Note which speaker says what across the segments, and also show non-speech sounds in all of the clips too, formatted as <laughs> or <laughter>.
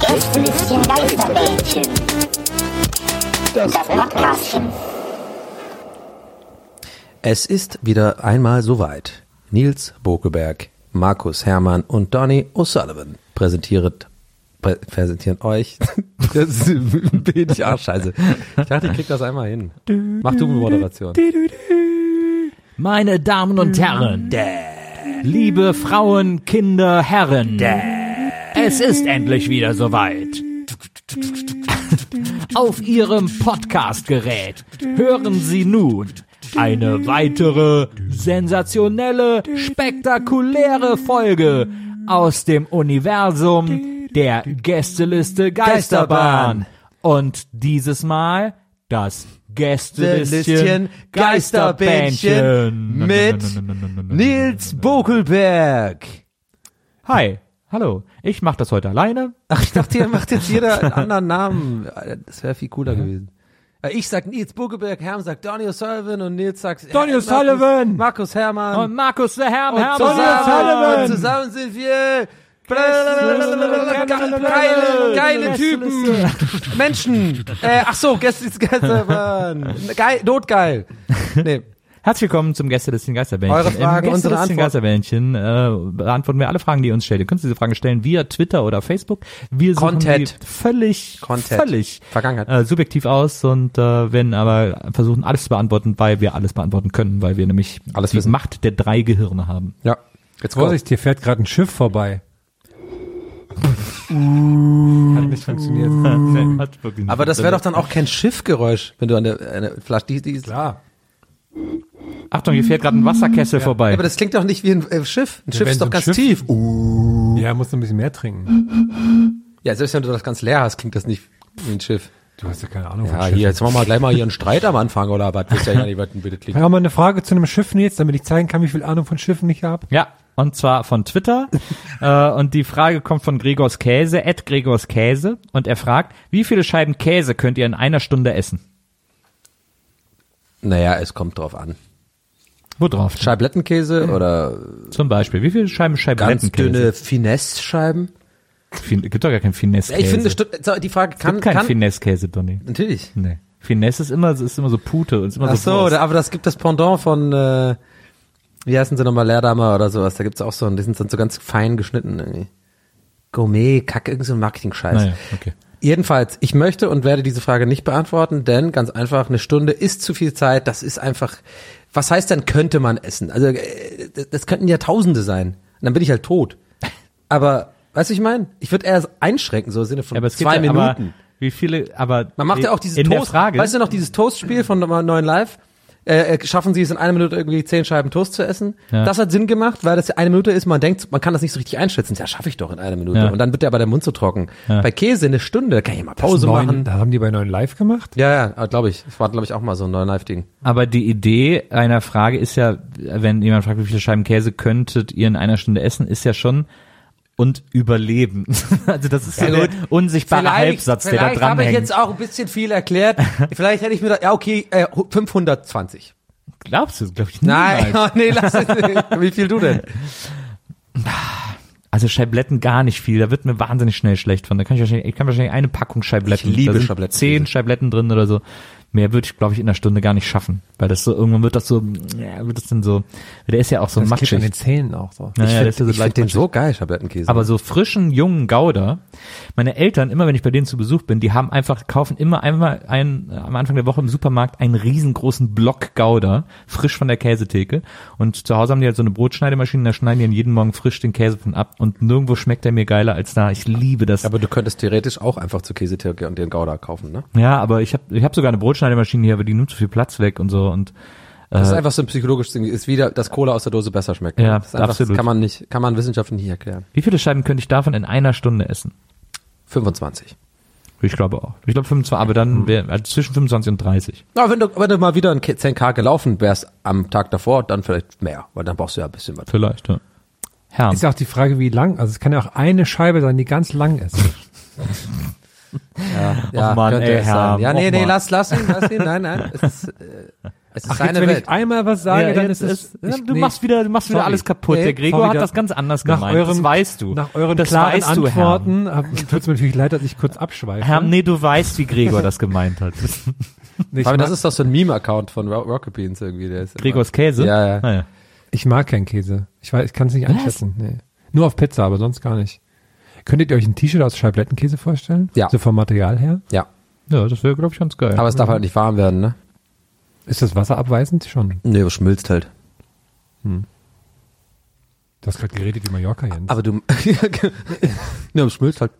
Speaker 1: Das Blütchen Geisterbällchen. Das Podcastchen.
Speaker 2: Es ist wieder einmal soweit. Nils Bokeberg, Markus Hermann und Donny O'Sullivan präsentiert, prä präsentieren euch. <laughs> das bin ich auch scheiße. Ich dachte, ich krieg das einmal hin. Mach du eine Moderation.
Speaker 3: Meine Damen und Herren, liebe Frauen, Kinder, Herren, es ist endlich wieder soweit. Auf Ihrem Podcastgerät hören Sie nun eine weitere sensationelle, spektakuläre Folge aus dem Universum der Gästeliste Geisterbahn. Und dieses Mal das Gästelistchen Geisterbändchen
Speaker 2: mit Nils Bokelberg.
Speaker 3: Hi, hallo. Ich mache das heute alleine.
Speaker 2: Ach, ich dachte, ihr macht jetzt jeder einen anderen Namen. Das wäre viel cooler gewesen. Äh, Ich sag Nils Bokelberg, Herm sagt Donny O'Sullivan und Nils sagt äh,
Speaker 3: Donny
Speaker 2: Markus-
Speaker 3: O'Sullivan.
Speaker 2: Markus Hermann.
Speaker 3: Und Markus der Herr,
Speaker 2: Und
Speaker 3: Herr
Speaker 2: zusammen, und zusammen sind wir geile, geile Typen, Menschen. Äh, ach so, gestern gestern geil, notgeil. Nee,
Speaker 3: Herzlich willkommen zum Gästelistchen Geisterbändchen.
Speaker 2: Eure Fragen,
Speaker 3: Im
Speaker 2: unsere
Speaker 3: Gästelistchen
Speaker 2: Antworten.
Speaker 3: Geisterbändchen äh, beantworten wir alle Fragen, die ihr uns stellt. Ihr könnt diese Fragen stellen via Twitter oder Facebook. Wir suchen
Speaker 2: Content.
Speaker 3: die völlig,
Speaker 2: Content.
Speaker 3: völlig
Speaker 2: Vergangenheit.
Speaker 3: äh, subjektiv aus und äh, werden aber versuchen, alles zu beantworten, weil wir alles beantworten können, weil wir nämlich
Speaker 2: Alles
Speaker 3: die
Speaker 2: wissen.
Speaker 3: Macht der drei Gehirne haben.
Speaker 2: ja. Jetzt
Speaker 4: Vorsicht, hier fährt gerade ein Schiff vorbei. Hat
Speaker 3: <laughs>
Speaker 4: nicht funktioniert.
Speaker 2: Aber das wäre doch dann auch kein Schiffgeräusch, wenn du an der eine Flasche die, die ja,
Speaker 4: Klar.
Speaker 3: Achtung, hier fährt gerade ein Wasserkessel vorbei.
Speaker 2: aber das klingt doch nicht wie ein äh, Schiff. Ein Schiff
Speaker 4: wenn
Speaker 2: ist
Speaker 4: so
Speaker 2: doch
Speaker 4: ein
Speaker 2: ganz
Speaker 4: Schiff-
Speaker 2: tief. Uh.
Speaker 4: Ja, musst noch ein bisschen mehr trinken.
Speaker 2: Ja, selbst wenn du das ganz leer hast, klingt das nicht wie ein Schiff.
Speaker 4: Du hast ja keine Ahnung
Speaker 2: Ja, hier, jetzt machen wir gleich mal hier einen Streit am Anfang oder was? Wisst ja gar nicht, was denn bitte klingt.
Speaker 4: Ich habe mal eine Frage zu einem Schiff jetzt, damit ich zeigen kann, wie viel Ahnung von Schiffen ich habe.
Speaker 3: Ja, und zwar
Speaker 2: <laughs>
Speaker 3: von Twitter. äh, und die Frage kommt von Gregors Käse, at Gregors Käse. Und er fragt, wie viele Scheiben Käse könnt ihr in einer Stunde essen?
Speaker 2: Naja, es kommt drauf an.
Speaker 3: Wo drauf?
Speaker 2: Scheiblettenkäse oder
Speaker 3: Zum Beispiel. Wie viele Scheiben
Speaker 2: ganz
Speaker 3: Scheiblettenkäse?
Speaker 2: dünne Finesse-Scheiben.
Speaker 3: Fin gibt doch gar keinen Finesse-Käse.
Speaker 2: Ich finde, Stutt- so, die Frage
Speaker 3: kann,
Speaker 2: kann,
Speaker 3: gibt keinen
Speaker 2: kann
Speaker 3: Finesse-Käse, Donny.
Speaker 2: natürlich.
Speaker 3: Nee. Finesse ist immer, ist immer so Pute und ist immer
Speaker 2: Ach
Speaker 3: so.
Speaker 2: so,
Speaker 3: Wurst.
Speaker 2: da, aber das gibt das Pendant von, äh, wie heißen sie nochmal, Lehrdamer oder sowas. Da gibt's auch so, und die sind dann so ganz fein geschnitten irgendwie. Gourmet, Kacke, irgend so ein Marketing-Scheiß.
Speaker 3: Naja, okay.
Speaker 2: Jedenfalls, ich möchte und werde diese Frage nicht beantworten, denn ganz einfach, eine Stunde ist zu viel Zeit. Das ist einfach, was heißt dann könnte man essen? Also, äh, das- das könnten ja Tausende sein. Und dann bin ich halt tot. Aber, weißt du, ich meine? Ich würde eher einschränken, so im Sinne von
Speaker 3: Ja, aber es gibt
Speaker 2: zwei
Speaker 3: ja,
Speaker 2: Minuten.
Speaker 3: Aber wie viele, aber.
Speaker 2: Man macht ja auch dieses
Speaker 3: in
Speaker 2: Toast.
Speaker 3: Der Frage,
Speaker 2: Weißt du noch dieses Toast-Spiel von Neuen Live? Äh, äh, schaffen sie es in einer Minute irgendwie zehn Scheiben Toast zu essen?
Speaker 3: Ja.
Speaker 2: Das hat Sinn gemacht, weil das ja eine Minute ist, man denkt, man kann das nicht so richtig einschätzen. Ja, schaffe ich doch in einer Minute.
Speaker 3: Ja.
Speaker 2: Und dann wird der aber der Mund so trocken. Bei Käse eine Stunde, kann ich mal Pause
Speaker 4: Neun-
Speaker 2: machen.
Speaker 4: Da haben die bei neuen Live gemacht.
Speaker 2: Ja, ja, glaube ich. Das war, glaube ich, auch mal so ein Neuen Live-Ding.
Speaker 3: Aber die Idee einer Frage ist ja, wenn jemand fragt, wie viele Scheiben Käse könntet ihr in einer Stunde essen, ist ja schon und überleben. <laughs> Also das ist ja, der unsichtbare Halbsatz, der da
Speaker 2: vielleicht
Speaker 3: dran
Speaker 2: habe ich
Speaker 3: hängt.
Speaker 2: jetzt auch ein bisschen viel
Speaker 3: <laughs>
Speaker 2: erklärt. vielleicht hätte ich mir da, ja, okay, äh, 520.
Speaker 3: Glaubst du, glaube ich
Speaker 2: Nein, <laughs>
Speaker 3: niemals.
Speaker 2: nee, lass es. Wie viel du denn?
Speaker 3: Also Scheibletten gar nicht viel, da wird mir wahnsinnig schnell schlecht von. Da kann ich wahrscheinlich, ich kann wahrscheinlich eine Packung Scheibletten.
Speaker 2: Ich liebe
Speaker 3: da sind
Speaker 2: Scheiblettenkäse.
Speaker 3: Zehn Scheibletten drin oder so. Mehr würde ich, glaube ich, in einer Stunde gar nicht schaffen. Weil das so, irgendwann wird das so, ja, wird das dann so, der ist ja auch so
Speaker 4: Das klebt an den
Speaker 3: matschig.
Speaker 4: Zähnen auch so.
Speaker 3: Ja, ja,
Speaker 2: find-
Speaker 3: der ist ja so
Speaker 2: ich
Speaker 3: leicht
Speaker 2: find den
Speaker 3: matschig.
Speaker 2: so geil, Schablettenkäse.
Speaker 3: Aber so frischen, jungen Gouda, meine Eltern, immer wenn ich bei denen zu Besuch bin, die haben einfach, kaufen immer einmal einen, äh, am Anfang der Woche im Supermarkt einen riesengroßen Block Gouda, frisch von der Käsetheke. Und zu Hause haben die halt so eine Brotschneidemaschine, da schneiden die dann jeden Morgen frisch den Käse von ab und nirgendwo schmeckt der mir geiler als da. Ich liebe das.
Speaker 2: aber du könntest theoretisch auch einfach zur Käsetheke und den Gouda kaufen, ne?
Speaker 3: ja, aber ich habe ich hab sogar eine Brotschneidemaschine hier, aber die nimmt so viel Platz weg und so und
Speaker 2: Das ist einfach so ein psychologisches Ding, ist wieder, dass Cola aus der Dose besser schmeckt.
Speaker 3: Ja,
Speaker 2: das ist einfach,
Speaker 3: absolut.
Speaker 2: Das kann man nicht, kann man Wissenschaften nicht erklären.
Speaker 3: wie viele Scheiben könnte ich davon in einer Stunde essen?
Speaker 2: 25.
Speaker 3: Ich glaube auch. Ich glaube 25, aber dann wär, also zwischen 25 und 30.
Speaker 2: Na, wenn du, wenn du mal wieder ein K- 10K gelaufen wärst am Tag davor, dann vielleicht mehr, weil dann brauchst du ja ein bisschen was.
Speaker 3: Vielleicht, ja. Herr.
Speaker 4: Ist ja auch die Frage, wie lang. Also es kann ja auch eine Scheibe sein, die ganz lang ist.
Speaker 2: Ja,
Speaker 3: Mann,
Speaker 2: könnte
Speaker 3: ey,
Speaker 2: es
Speaker 3: Herr,
Speaker 2: sein. Ja,
Speaker 3: och
Speaker 2: nee, nee,
Speaker 3: Mann.
Speaker 2: lass, lass ihn, lass ihn, nein, nein. Es ist, äh, es ist
Speaker 4: Ach, jetzt,
Speaker 2: seine
Speaker 4: wenn
Speaker 2: Welt.
Speaker 4: ich einmal was sage,
Speaker 3: Ja,
Speaker 4: dann
Speaker 3: jetzt
Speaker 4: ist es.
Speaker 3: ist-
Speaker 4: ich-
Speaker 3: du
Speaker 4: nee.
Speaker 3: machst wieder, du machst wieder
Speaker 4: Sorry.
Speaker 3: alles kaputt.
Speaker 4: Ey,
Speaker 3: Der Gregor
Speaker 4: sorry,
Speaker 3: hat
Speaker 4: da-
Speaker 3: das ganz anders
Speaker 4: nach
Speaker 3: gemeint.
Speaker 4: Eurem,
Speaker 3: das weißt du.
Speaker 4: Nach euren
Speaker 3: das
Speaker 4: klaren
Speaker 3: weißt du,
Speaker 4: Antworten tut es mir natürlich leid, dass ich kurz abschweife.
Speaker 3: Herr. Herr, nee, du weißt, wie <laughs> Gregor das gemeint hat.
Speaker 4: Nee, ich,
Speaker 2: Aber
Speaker 4: mag,
Speaker 2: das ist doch so ein Meme-Account von Ro- Rocket Beans irgendwie. Der ist immer-
Speaker 3: Gregors Käse?
Speaker 2: Ja, ja.
Speaker 3: Ah, ja.
Speaker 4: ich mag keinen Käse. Ich, weiß, ich kann es nicht einschätzen. Nee. Nur auf Pizza, aber sonst gar nicht. Könntet ihr euch ein T-Shirt aus Scheiblettenkäse vorstellen?
Speaker 2: Ja.
Speaker 4: So vom Material her?
Speaker 2: Ja,
Speaker 3: Ja, das wäre, glaube ich, ganz geil.
Speaker 2: aber es darf halt nicht warm werden, ne?
Speaker 4: Ist das wasserabweisend schon?
Speaker 2: Nee, es schmilzt halt.
Speaker 4: Du hast gerade geredet wie Mallorca, Jens.
Speaker 2: Aber du, <laughs> ne, es schmilzt halt.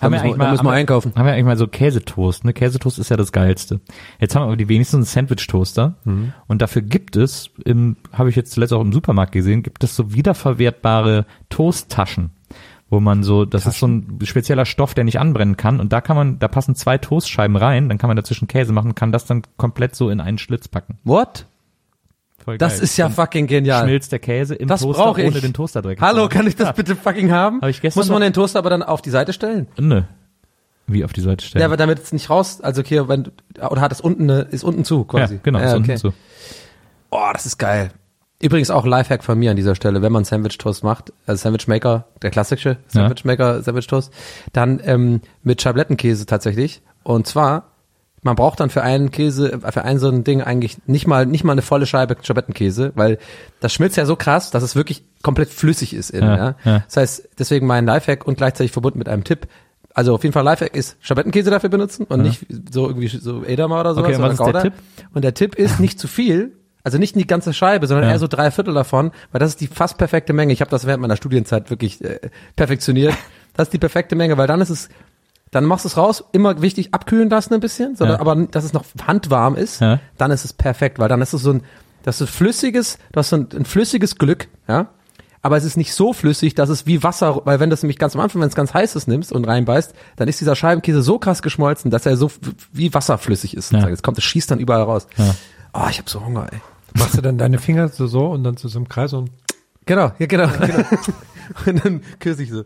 Speaker 2: Da
Speaker 3: haben wir
Speaker 2: müssen
Speaker 3: eigentlich
Speaker 2: wir,
Speaker 3: mal,
Speaker 2: da müssen wir
Speaker 3: haben,
Speaker 2: einkaufen.
Speaker 3: wir- haben wir eigentlich mal so Käsetoast. Ne? Käsetoast ist ja das Geilste. Jetzt haben aber die wenigsten einen Sandwich-Toaster.
Speaker 2: Mhm.
Speaker 3: Und dafür gibt es, im- habe ich jetzt zuletzt auch im Supermarkt gesehen, gibt es so wiederverwertbare Toasttaschen. Wo man so, das ist so ein spezieller Stoff, der nicht anbrennen kann. Und da kann man, da passen zwei Toastscheiben rein, dann kann man dazwischen Käse machen, kann das dann komplett so in einen Schlitz packen.
Speaker 2: What?
Speaker 3: Voll
Speaker 2: Das
Speaker 3: geil.
Speaker 2: ist ja fucking genial.
Speaker 3: schmilzt der Käse im
Speaker 2: das
Speaker 3: Toaster
Speaker 2: brauche ich.
Speaker 3: ohne den Toasterdreck.
Speaker 2: Hallo, kann ich das bitte fucking haben?
Speaker 3: Hab ich gestern
Speaker 2: Muss man
Speaker 3: noch-
Speaker 2: den Toaster aber dann auf die Seite stellen?
Speaker 3: Nö. Wie auf die Seite stellen.
Speaker 2: Ja, aber damit es nicht raus, also hier, wenn, du- oder hat es unten, eine, ist unten zu quasi.
Speaker 3: Ja, genau,
Speaker 2: ja,
Speaker 3: so unten
Speaker 2: okay.
Speaker 3: so.
Speaker 2: Oh, das ist geil. Übrigens auch Lifehack von mir an dieser Stelle, wenn man Sandwich Toast macht, also Sandwich Maker, der klassische Sandwich Maker Sandwich Toast, dann ähm, mit Schablettenkäse tatsächlich. Und zwar, man braucht dann für einen Käse, äh, für ein so ein Ding eigentlich nicht mal nicht mal eine volle Scheibe Schablettenkäse, weil das schmilzt ja so krass, dass es wirklich komplett flüssig ist innen.
Speaker 3: Ja,
Speaker 2: Ja,
Speaker 3: ja.
Speaker 2: Das heißt, deswegen mein Lifehack und gleichzeitig verbunden mit einem Tipp. Also auf jeden Fall Lifehack ist Schablettenkäse dafür benutzen und nicht so irgendwie so Edamer oder so.
Speaker 3: Okay, und was ist der Tipp?
Speaker 2: Und der Tipp ist nicht zu viel, also nicht in die ganze Scheibe, sondern
Speaker 3: Ja.
Speaker 2: eher so drei Viertel davon, weil das ist die fast perfekte Menge. Ich habe das während meiner Studienzeit wirklich äh,
Speaker 3: <laughs>
Speaker 2: perfektioniert. Das ist die perfekte Menge, weil dann ist es, dann machst du es raus, immer wichtig abkühlen lassen ein bisschen, sondern
Speaker 3: Ja.
Speaker 2: aber dass es noch handwarm ist,
Speaker 3: Ja.
Speaker 2: dann ist es perfekt, weil dann ist es so ein, das ist flüssiges, das ist so ein, ein flüssiges Glück, ja. Aber es ist nicht so flüssig, dass es wie Wasser, weil wenn das nämlich ganz am Anfang, wenn es ganz heißes nimmst und reinbeißt, dann ist dieser Scheibenkäse so krass geschmolzen, dass er so f- wie wasserflüssig ist.
Speaker 3: Ja.
Speaker 2: Jetzt kommt, es schießt dann überall raus. Oh, ich habe so Hunger, ey.
Speaker 4: machst du dann deine Finger so, so und dann zu so einem Kreis und
Speaker 2: Genau, ja genau. genau. <laughs> und dann küsse ich so.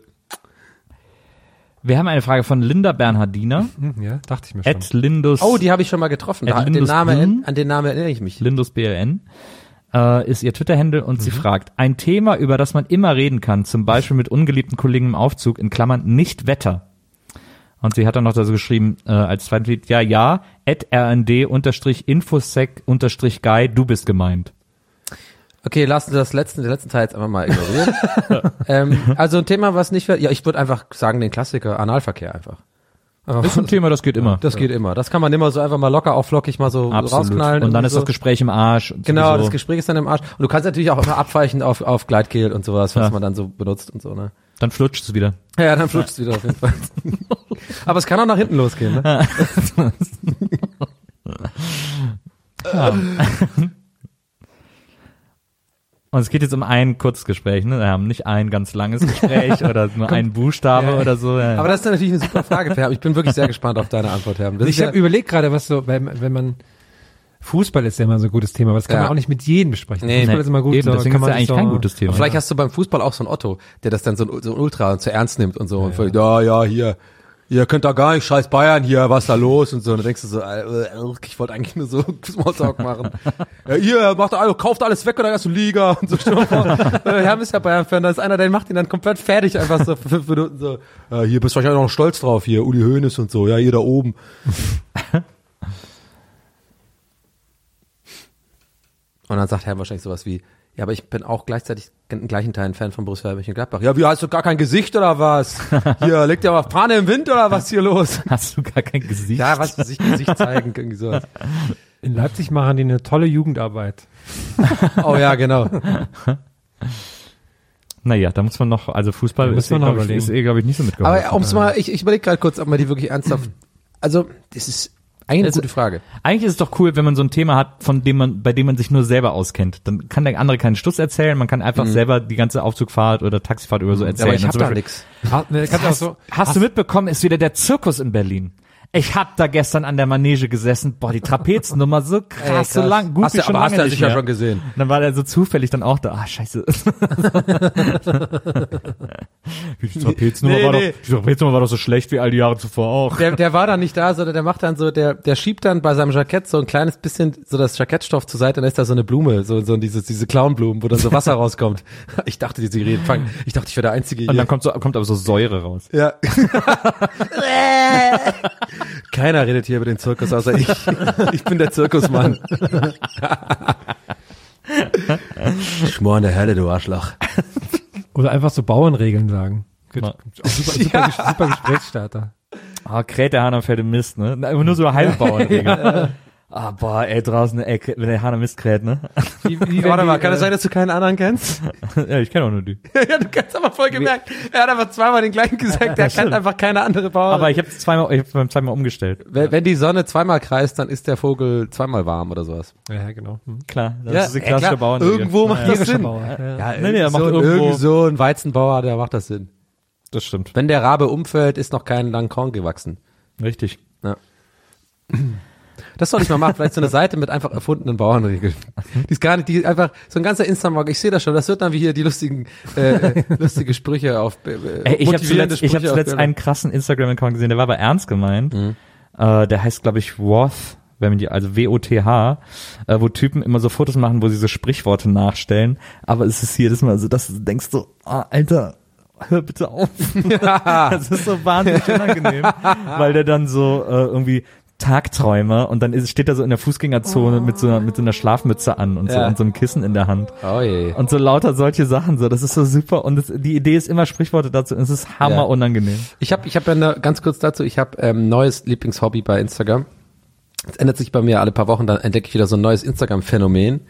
Speaker 3: Wir haben eine Frage von Linda Bernhardiner.
Speaker 4: hm, ja, dachte ich mir schon.
Speaker 3: At Lindus,
Speaker 2: Mhm. Oh, die habe ich schon mal getroffen. Da,
Speaker 3: Ed
Speaker 2: den
Speaker 3: Lindus
Speaker 2: Namen,
Speaker 3: Blum.
Speaker 2: an den Namen erinnere ich mich.
Speaker 3: Lindus BLN äh, ist ihr Twitter-Handle und sie
Speaker 2: Mhm.
Speaker 3: fragt, ein Thema, über das man immer reden kann, zum Beispiel mit ungeliebten Kollegen im Aufzug, in Klammern nicht Wetter. Und sie hat dann noch dazu geschrieben, äh, als zweites Lied, ja, ja, at rnd-infosec-guy, du bist gemeint.
Speaker 2: Okay, lassen wir das letzte, den letzten Teil jetzt einfach mal
Speaker 3: <laughs>
Speaker 2: ignorieren. ähm, also ein Thema, was nicht, ja, ich würde einfach sagen, den Klassiker, Analverkehr einfach.
Speaker 3: Ist ein Thema, das geht immer.
Speaker 2: Oh. Das geht immer. Das kann man immer so einfach mal locker auf flockig mal so rausknallen.
Speaker 3: Und
Speaker 2: irgendwie
Speaker 3: dann ist
Speaker 2: so.
Speaker 3: das Gespräch im Arsch. und
Speaker 2: Genau,
Speaker 3: sowieso.
Speaker 2: das Gespräch ist dann im Arsch. Und du kannst natürlich auch immer abweichen auf, auf Gleitgel und sowas, was
Speaker 3: Ja.
Speaker 2: man dann so benutzt und so, ne?
Speaker 3: Dann flutscht es wieder.
Speaker 2: Ja, Ja, dann flutscht es wieder auf jeden
Speaker 3: <laughs>
Speaker 2: Fall. Aber es kann auch nach hinten losgehen, ne?
Speaker 3: Und es geht jetzt um ein kurzes Gespräch, ne? Wir haben nicht ein ganz
Speaker 2: <laughs>
Speaker 3: langes Gespräch oder nur einen Buchstabe oder so. äh. Ja.
Speaker 2: Aber das ist natürlich eine super Frage, Herr. Ich bin wirklich sehr gespannt auf deine Antwort, Herr. Das ist
Speaker 4: Also Ich
Speaker 2: ja-
Speaker 4: habe überlegt gerade, was so, wenn, wenn man Fußball ist ja immer so ein gutes Thema, aber das kann
Speaker 2: Ja.
Speaker 4: man auch nicht mit jedem besprechen.
Speaker 2: Nee,
Speaker 4: Fußball
Speaker 2: nee.
Speaker 4: ist immer gut,
Speaker 3: Eben,
Speaker 4: aber
Speaker 3: deswegen ist
Speaker 4: kann man
Speaker 3: ja
Speaker 4: nicht
Speaker 3: eigentlich
Speaker 4: so-
Speaker 3: kein gutes Thema.
Speaker 2: Vielleicht hast du beim Fußball auch so einen Otto, der das dann so ein, so ein Ultra zu ernst nimmt und so. und völlig, ja, ja, hier, ihr könnt da gar nicht, scheiß Bayern hier, was da los und so. Und dann denkst du so, äh, äh, ich wollte eigentlich nur so <laughs> Smalltalk machen. ja, ihr macht alles, kauft alles weg oder erst Liga und so. Stell dir mal vor, äh, Herr ist <laughs> ja Bayern-Fan, da ist einer, der macht ihn dann komplett fertig, einfach so für fünf Minuten so. Äh, hier bist du wahrscheinlich auch noch stolz drauf, hier, Uli Hoeneß und so, ja, ihr da oben. Und dann sagt Herr wahrscheinlich sowas wie, ja, aber ich bin auch gleichzeitig in gleichen Teilen Fan von Borussia Mönchengladbach. Ja, wie hast du gar kein Gesicht oder <laughs> was? Hier, legt ja mal Fahne im Wind oder was hier los?
Speaker 3: Hast du gar kein Gesicht?
Speaker 2: Ja, was, sich Gesicht zeigen, irgendwie sowas.
Speaker 4: In Leipzig machen die eine tolle Jugendarbeit.
Speaker 2: Oh ja, genau.
Speaker 3: Naja, da muss man noch, also
Speaker 4: Da
Speaker 3: Fußball
Speaker 4: muss
Speaker 3: ist, eh,
Speaker 4: man noch
Speaker 3: glaube ich,
Speaker 4: überlegen.
Speaker 3: ist eh, glaube ich, nicht so mitgeholfen.
Speaker 2: Aber um's mal, ich, ich überlege gerade kurz, ob man die wirklich ernsthaft, also, das ist eigentlich eine
Speaker 3: Also-
Speaker 2: gute Frage.
Speaker 3: Eigentlich ist es doch cool, wenn man so ein Thema hat, von dem man, bei dem man sich nur selber auskennt. Dann kann der andere keinen Stuss erzählen, man kann einfach selber die ganze Aufzugfahrt oder Taxifahrt oder so erzählen.
Speaker 2: Mhm. aber ich
Speaker 3: Und
Speaker 2: hab
Speaker 3: zum
Speaker 2: da
Speaker 3: Beispiel-
Speaker 2: nix.
Speaker 4: Hast, ne, kannst auch
Speaker 3: Hast,
Speaker 4: so,
Speaker 3: hast du mitbekommen, ist wieder der Zirkus in Berlin. Ich hab da gestern an der Manege gesessen. Boah, die Trapeznummer <laughs> so krass,
Speaker 2: Ey, krass.
Speaker 3: so lang, gut
Speaker 2: Hast
Speaker 3: wie
Speaker 2: du-
Speaker 3: schon
Speaker 2: aber hast
Speaker 3: lange
Speaker 2: du ja
Speaker 3: nicht
Speaker 2: sicher
Speaker 3: mehr.
Speaker 2: schon gesehen.
Speaker 3: Und dann war der so zufällig dann auch da. Ah, <laughs> scheiße. die Trapeznummer,
Speaker 2: Nee,
Speaker 3: war
Speaker 2: nee.
Speaker 3: Doch, die Trapeznummer war doch so schlecht wie all die Jahre zuvor auch.
Speaker 2: Der, der war dann nicht da, sondern der macht dann so, der, der schiebt dann bei seinem Jackett so ein kleines bisschen so das Jackettstoff zur Seite, und dann ist da so eine Blume, so, so dieses, diese Clownblumen, wo dann so Wasser <laughs> rauskommt. Ich dachte, die sie reden, fang, ich dachte, ich wäre der Einzige
Speaker 3: Und dann
Speaker 2: hier.
Speaker 3: kommt, so, kommt aber so Säure raus.
Speaker 2: Ja. <laughs> Keiner redet hier über den Zirkus, außer ich. Ich bin der Zirkusmann. Schmorende Hölle, du Arschloch.
Speaker 4: oder einfach so Bauernregeln sagen. Gut,
Speaker 3: Ja.
Speaker 4: auch super, super, Ges- super Gesprächsstarter.
Speaker 3: Ah, Kräht der Hahn am Feld im Mist, ne? Na, Immer nur so <laughs> Halbbauern. Ah, boah, ey, draußen, ey, Krä- wenn der Hahn am Mist kräht, ne? <laughs>
Speaker 4: Wie, wie,
Speaker 2: Warte
Speaker 4: wenn
Speaker 2: mal,
Speaker 4: die,
Speaker 2: kann
Speaker 4: äh,
Speaker 2: das sein, dass du keinen anderen kennst? <laughs>
Speaker 3: ja, ich kenne auch nur die.
Speaker 2: ja, du kannst aber voll gemerkt. Er hat einfach zweimal den gleichen gesagt, er kennt einfach keine andere Bauern.
Speaker 3: Aber ich habe zweimal, ich hab's beim zweimal umgestellt.
Speaker 2: wenn, wenn die Sonne zweimal kreist, dann ist der Vogel zweimal warm oder sowas.
Speaker 4: Ja, genau. Hm.
Speaker 3: Klar, das
Speaker 2: Ja,
Speaker 3: ist eine
Speaker 2: ja,
Speaker 3: klassische
Speaker 2: klar.
Speaker 3: Bauern.
Speaker 2: Irgendwo macht das Sinn.
Speaker 4: Bauer, ja.
Speaker 2: Ja,
Speaker 3: nee, er
Speaker 2: irgend
Speaker 3: macht
Speaker 2: so, ein-
Speaker 3: irgendwo-
Speaker 2: irgend so ein Weizenbauer, der macht das Sinn.
Speaker 3: Das stimmt.
Speaker 2: Wenn der Rabe umfällt, ist noch kein Langkorn gewachsen.
Speaker 3: Richtig.
Speaker 2: Das soll ich mal machen. Vielleicht so eine Seite mit einfach erfundenen Bauernregeln. Die ist gar nicht, die einfach so ein ganzer Instagram. Ich sehe das schon. Das wird dann wie hier die lustigen, äh, äh, lustige Sprüche auf. Äh,
Speaker 3: Ey, ich habe
Speaker 2: motivierende
Speaker 3: zuletzt, ich
Speaker 2: Sprüche
Speaker 3: hab
Speaker 2: Mhm. auf
Speaker 3: zuletzt
Speaker 2: Bilder.
Speaker 3: einen krassen Instagram-Account gesehen, der war aber ernst gemeint. Äh, der heißt, glaube ich, Worth, wenn man die, also W-O-T-H, äh, wo Typen immer so Fotos machen, wo sie so Sprichworte nachstellen. Aber es ist jedes Mal so, dass du denkst so, ah, Alter, hör bitte auf. <laughs> das ist so wahnsinnig unangenehm, weil der dann so äh, irgendwie Tagträumer und dann ist, steht er so in der Fußgängerzone mit, so einer, mit so einer Schlafmütze an und, so,
Speaker 2: Oh. Ja.
Speaker 3: und so einem Kissen in der Hand.
Speaker 2: Oh je.
Speaker 3: Und so lauter solche Sachen, so, das ist so super. Und das, die Idee ist immer Sprichworte dazu. Und es ist hammerunangenehm.
Speaker 2: Ich habe, ich habe ja eine, ganz kurz dazu. Ich habe ähm, neues Lieblingshobby bei Instagram. Es ändert sich bei mir alle paar Wochen. Dann entdecke ich wieder so ein neues Instagram-Phänomen,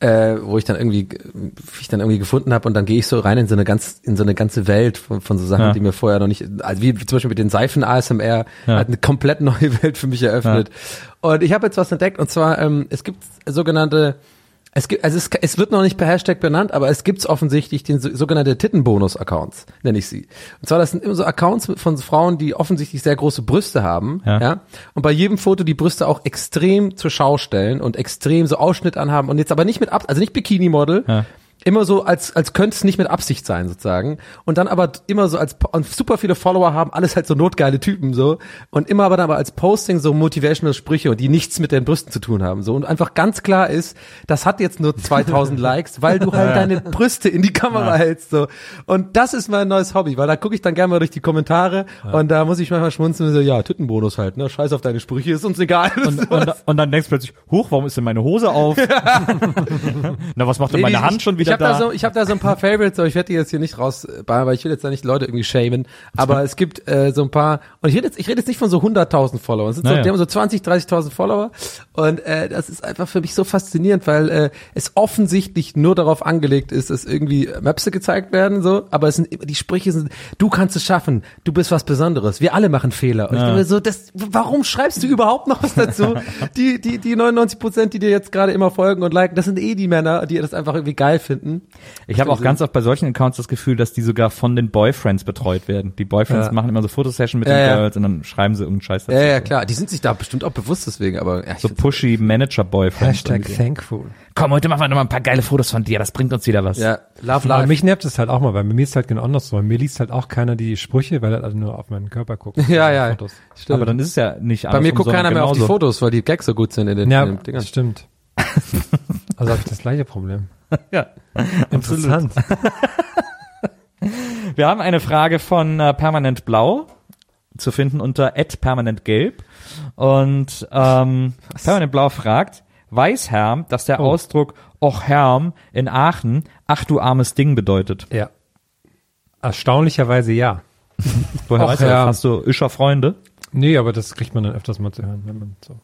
Speaker 2: äh, wo ich dann irgendwie, wie ich dann irgendwie gefunden habe. Und dann gehe ich so rein in so eine ganz, in so eine ganze Welt von, von so Sachen,
Speaker 3: Ja.
Speaker 2: die mir vorher noch nicht, also wie, wie zum Beispiel mit den Seifen ASMR, hat eine komplett neue <laughs> Welt für mich eröffnet. Und ich habe jetzt was entdeckt. Und zwar ähm, es gibt sogenannte es gibt, also es, es wird noch nicht per Hashtag benannt, aber es gibt's offensichtlich den so, sogenannten Tittenbonus-Accounts, nenne ich sie. Und zwar, das sind immer so Accounts mit- von Frauen, die offensichtlich sehr große Brüste haben, ja.
Speaker 3: Ja.
Speaker 2: Und bei jedem Foto die Brüste auch extrem zur Schau stellen und extrem so Ausschnitt anhaben und jetzt aber nicht mit Ab also nicht Bikini-Model,
Speaker 3: Ja.
Speaker 2: immer so als, als könnte es nicht mit Absicht sein, sozusagen. Und dann aber immer so als, po- und super viele Follower haben, alles halt so notgeile Typen, so. Und immer aber dann aber als Posting so motivational Sprüche, die nichts mit den Brüsten zu tun haben, so. Und einfach ganz klar ist, das hat jetzt nur
Speaker 3: <laughs>
Speaker 2: 2000 Likes, weil du halt deine Brüste in die Kamera hältst, so. Und das ist mein neues Hobby, weil da gucke ich dann gerne mal durch die Kommentare und da muss ich manchmal schmunzeln, und so, ja, Tittenbonus halt, ne, scheiß auf deine Sprüche, ist uns egal. <laughs>
Speaker 3: Und, und, und dann denkst du plötzlich, huch, warum ist denn meine Hose auf? <laughs> Na, was macht denn meine
Speaker 2: Nee,
Speaker 3: Hand schon wieder
Speaker 2: ich hab
Speaker 3: da?
Speaker 2: da? so, ich habe da so ein paar Favorites, aber ich werde die jetzt hier nicht raus, weil ich will jetzt da nicht Leute irgendwie shamen. Aber es gibt äh, so ein paar und ich rede jetzt, ich rede jetzt nicht von so 100.000 Followern, es sind so,
Speaker 3: Naja.
Speaker 2: die haben so 20, 30.000 Follower und äh, das ist einfach für mich so faszinierend, weil äh, es offensichtlich nur darauf angelegt ist, dass irgendwie Möpse gezeigt werden so, aber es sind immer- die Sprüche sind, du kannst es schaffen, du bist was Besonderes, wir alle machen Fehler. Und ich denke mir so, das, warum schreibst du überhaupt noch was dazu? die die die 99 Prozent, die dir jetzt gerade immer folgen und liken, das sind eh die Männer, die das einfach irgendwie geil finden.
Speaker 3: ich habe auch ganz oft bei solchen Accounts das Gefühl, dass die sogar von den Boyfriends betreut werden. Die Boyfriends
Speaker 2: Ja.
Speaker 3: machen immer so Fotosession mit
Speaker 2: Ja,
Speaker 3: den
Speaker 2: ja.
Speaker 3: Girls und dann schreiben sie irgendeinen Scheiß dazu.
Speaker 2: Ja, ja, klar. Die sind sich da bestimmt auch bewusst deswegen, aber ja, ich
Speaker 3: So pushy Manager-Boyfriends.
Speaker 4: Hashtag
Speaker 3: Und die-
Speaker 4: thankful.
Speaker 3: Komm, heute machen wir nochmal ein paar geile Fotos von dir, das bringt uns wieder was.
Speaker 2: ja, Love
Speaker 4: Aber
Speaker 2: Live.
Speaker 4: mich nervt es halt auch mal, weil mir ist halt genau anders so. Bei Mir liest halt auch keiner die Sprüche, weil er halt nur auf meinen Körper guckt.
Speaker 2: <laughs> ja, ja.
Speaker 4: Fotos.
Speaker 2: Stimmt.
Speaker 3: Aber dann ist es ja nicht
Speaker 2: Bei mir
Speaker 3: andersrum,
Speaker 2: guckt
Speaker 3: sondern
Speaker 2: keiner mehr auf die
Speaker 3: genauso.
Speaker 2: Fotos, weil die Gags so gut sind in den,
Speaker 4: Ja,
Speaker 2: in den Dingern.
Speaker 4: das stimmt. Also habe ich das gleiche Problem.
Speaker 3: Ja, interessant. Wir haben eine Frage von äh, Permanent Blau zu finden unter @permanentgelb und ähm, Permanent Blau fragt: Weiß Herm, dass der Ausdruck Och Herm in Aachen, ach du armes Ding bedeutet.
Speaker 4: Ja. Erstaunlicherweise ja.
Speaker 3: Woher
Speaker 4: Och
Speaker 3: weißt du das?
Speaker 4: Herm.
Speaker 3: Hast du Ischer Freunde?
Speaker 4: Nee, aber das kriegt man dann öfters mal zu hören, wenn man so.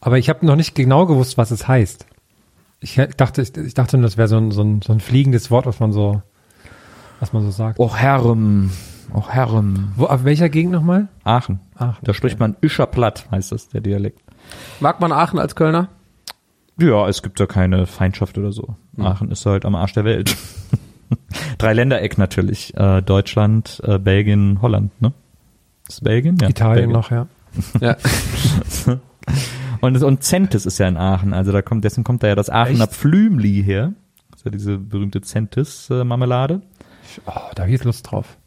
Speaker 4: Aber ich habe noch nicht genau gewusst, was es heißt. Ich hä- dachte, ich, ich dachte, nur, das wäre so ein, so, ein, so ein fliegendes Wort, was man so, was man so sagt.
Speaker 3: Och Herm, Och Herm.
Speaker 4: Wo, auf welcher Gegend nochmal?
Speaker 3: Aachen.
Speaker 4: Aachen,
Speaker 3: Da spricht man Ischer Platt, heißt das, der Dialekt.
Speaker 2: Mag man Aachen als Kölner?
Speaker 3: Ja, es gibt ja keine Feindschaft oder so. Aachen ist halt am Arsch der Welt. <laughs> Drei Ländereck natürlich. Äh, Deutschland, äh, Belgien, Holland, ne? Ist Belgien? Ja,
Speaker 4: Italien
Speaker 3: Belgien.
Speaker 4: noch, ja.
Speaker 2: Ja.
Speaker 3: <laughs> Und, und Centis ist ja in Aachen, also da kommt, deswegen kommt da ja das Aachener Pflümli her. Das ist ja diese berühmte Centis-Marmelade.
Speaker 4: Oh, da hab ich jetzt Lust drauf.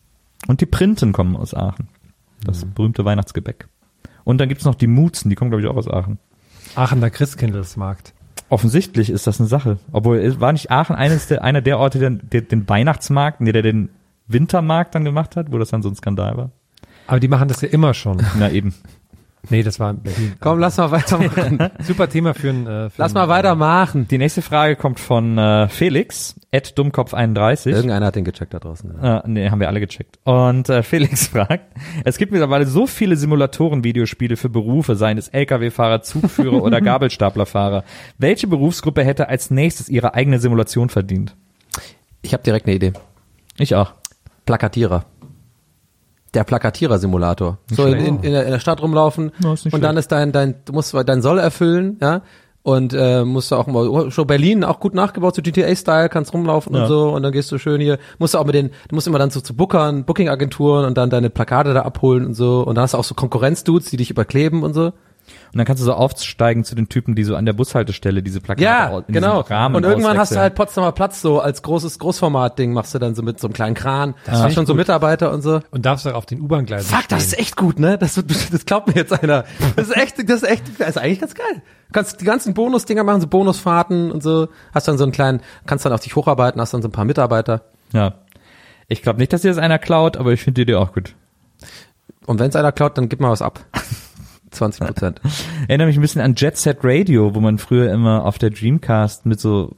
Speaker 3: Und die Printen kommen aus Aachen. Das berühmte Weihnachtsgebäck. Und dann gibt's noch die Mutzen, die kommen, glaube ich, auch aus Aachen.
Speaker 4: Aachener Christkindlesmarkt.
Speaker 3: Offensichtlich ist das eine Sache. Obwohl, es war nicht Aachen eines der, einer der Orte, der, der den Weihnachtsmarkt, nee, der den Wintermarkt dann gemacht hat, wo das dann so ein Skandal war?
Speaker 4: Aber die machen das ja immer schon.
Speaker 3: Na eben.
Speaker 4: Nee, das war in Berlin.
Speaker 2: Komm, lass mal
Speaker 4: <laughs>
Speaker 2: weitermachen.
Speaker 4: Super Thema für ein. Äh, für
Speaker 2: lass
Speaker 4: ein-
Speaker 2: mal weitermachen.
Speaker 3: Die nächste Frage kommt von äh, Felix, at dummkopf31.
Speaker 2: Irgendeiner hat den gecheckt da draußen.
Speaker 3: Äh, nee, haben wir alle gecheckt. Und äh, Felix <laughs> fragt, es gibt mittlerweile so viele Simulatoren-Videospiele für Berufe, seien es Lkw-Fahrer, Zugführer <laughs> oder Gabelstaplerfahrer. Welche Berufsgruppe hätte als nächstes ihre eigene Simulation verdient?
Speaker 2: Ich habe direkt eine Idee.
Speaker 3: Ich auch.
Speaker 2: Plakatierer. Der Plakatierer-Simulator. So in,
Speaker 3: schlecht.
Speaker 2: in, in, der, in der Stadt rumlaufen
Speaker 3: Ja,
Speaker 2: und
Speaker 3: ist nicht
Speaker 2: dann
Speaker 3: schlecht.
Speaker 2: ist dein, dein, du musst dein Soll erfüllen, ja. Und äh, musst du auch mal, oh, schon Berlin auch gut nachgebaut, so GTA-Style, kannst rumlaufen und
Speaker 3: Ja.
Speaker 2: so und dann gehst du schön hier, musst du auch mit den, du musst immer dann so zu Bookern, Booking-Agenturen und dann deine Plakate da abholen und so und dann hast du auch so Konkurrenz-Dudes, die dich überkleben und so.
Speaker 3: Und dann kannst du so aufsteigen zu den Typen, die so an der Bushaltestelle diese Plakate
Speaker 2: Ja,
Speaker 3: au- in
Speaker 2: genau.
Speaker 3: diesem Rahmen
Speaker 2: und irgendwann hast du
Speaker 3: auswechseln.
Speaker 2: halt Potsdamer Platz so als großes Großformat-Ding machst du dann so mit so einem kleinen Kran, hast schon so Mitarbeiter und so.
Speaker 4: Und darfst du auf den U-Bahn-Gleisen.
Speaker 2: Fuck, das ist echt gut, ne? Das, wird, das glaubt mir jetzt einer. Das ist echt, das ist echt, das ist eigentlich ganz geil. Du kannst die ganzen Bonus-Dinger machen, so Bonusfahrten und so. Hast dann so einen kleinen, kannst dann auch dich hocharbeiten, hast dann so ein paar Mitarbeiter.
Speaker 3: Ja. Ich glaube nicht, dass dir das einer klaut, aber ich finde die Idee auch gut.
Speaker 2: Und wenn es einer klaut, dann gib mal was ab. <laughs> 20
Speaker 3: <laughs>
Speaker 2: Prozent.
Speaker 3: Erinnere mich ein bisschen an Jet Set Radio, wo man früher immer auf der Dreamcast mit so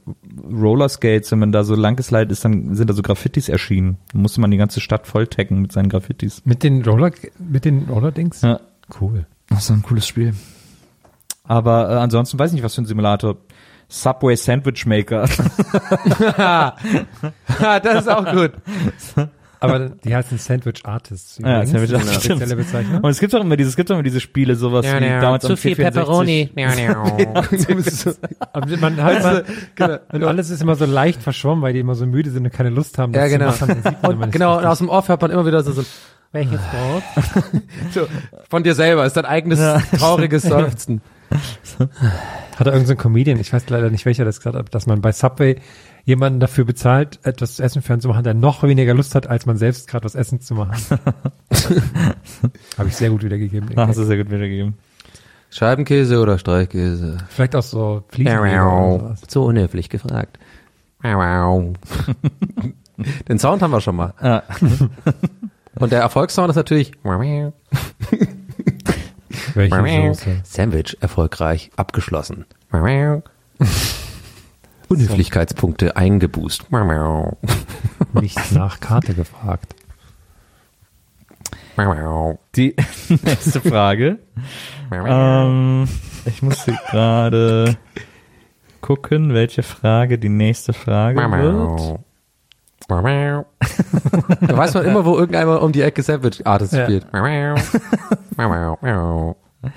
Speaker 3: Rollerskates, wenn man da so lang geslidet ist, dann sind da so Graffitis erschienen. Dann musste man die ganze Stadt volltecken mit seinen Graffitis.
Speaker 4: Mit den Roller, mit den Roller-Dings?
Speaker 3: <laughs> Ja.
Speaker 4: Cool.
Speaker 3: Das ist ein cooles Spiel. Aber äh, ansonsten weiß ich nicht, was für ein Simulator. Subway Sandwich Maker.
Speaker 2: Ha, das ist auch
Speaker 4: <laughs>
Speaker 2: gut.
Speaker 4: Aber die heißen Sandwich Artists.
Speaker 3: Ja,
Speaker 4: übrigens.
Speaker 3: Sandwich
Speaker 4: Das ist eine
Speaker 3: Artists.
Speaker 4: Spezielle Bezeichnung.
Speaker 3: Und es gibt doch immer diese, es gibt doch immer diese Spiele, sowas wie damals am 464.
Speaker 4: <laughs> Aber man hat immer,
Speaker 2: Genau.
Speaker 4: und Also alles ist immer so leicht verschwommen, weil die immer so müde sind und keine Lust haben.
Speaker 2: Ja,
Speaker 4: das zu
Speaker 2: genau.
Speaker 4: machen. Das sieht man immer
Speaker 2: Und,
Speaker 4: nicht
Speaker 2: genau, und
Speaker 4: richtig.
Speaker 2: aus dem Off hört man immer wieder so, so
Speaker 4: Welches Wort?
Speaker 2: so von dir selber, ist dein eigenes
Speaker 4: <laughs>
Speaker 2: trauriges Seufzen.
Speaker 4: Hat er irgendein so ein Comedian, ich weiß leider nicht, welcher das gesagt hat, dass man bei Subway jemanden dafür bezahlt, etwas zu essen für einen zu machen, der noch weniger Lust hat, als man selbst gerade was essen zu machen.
Speaker 2: <laughs>
Speaker 4: Habe ich sehr gut wiedergegeben. den
Speaker 3: Ah,
Speaker 4: Gag.
Speaker 3: hast du sehr gut wiedergegeben.
Speaker 2: Scheibenkäse oder Streichkäse?
Speaker 4: Vielleicht auch so Fliesen.
Speaker 2: Zu unhöflich gefragt. <laughs> Den Sound haben wir schon mal. Und der Erfolgssound ist natürlich
Speaker 4: Welche Soße?
Speaker 2: Sandwich erfolgreich abgeschlossen. <laughs> Unhöflichkeitspunkte eingeboost.
Speaker 4: Nicht nach Karte gefragt.
Speaker 3: Die <laughs> nächste Frage. ähm, ich musste gerade gucken, welche Frage die nächste Frage wird.
Speaker 2: Da weiß man immer, wo irgendeiner um die Ecke Sandwich Artist
Speaker 4: Ja.
Speaker 2: spielt.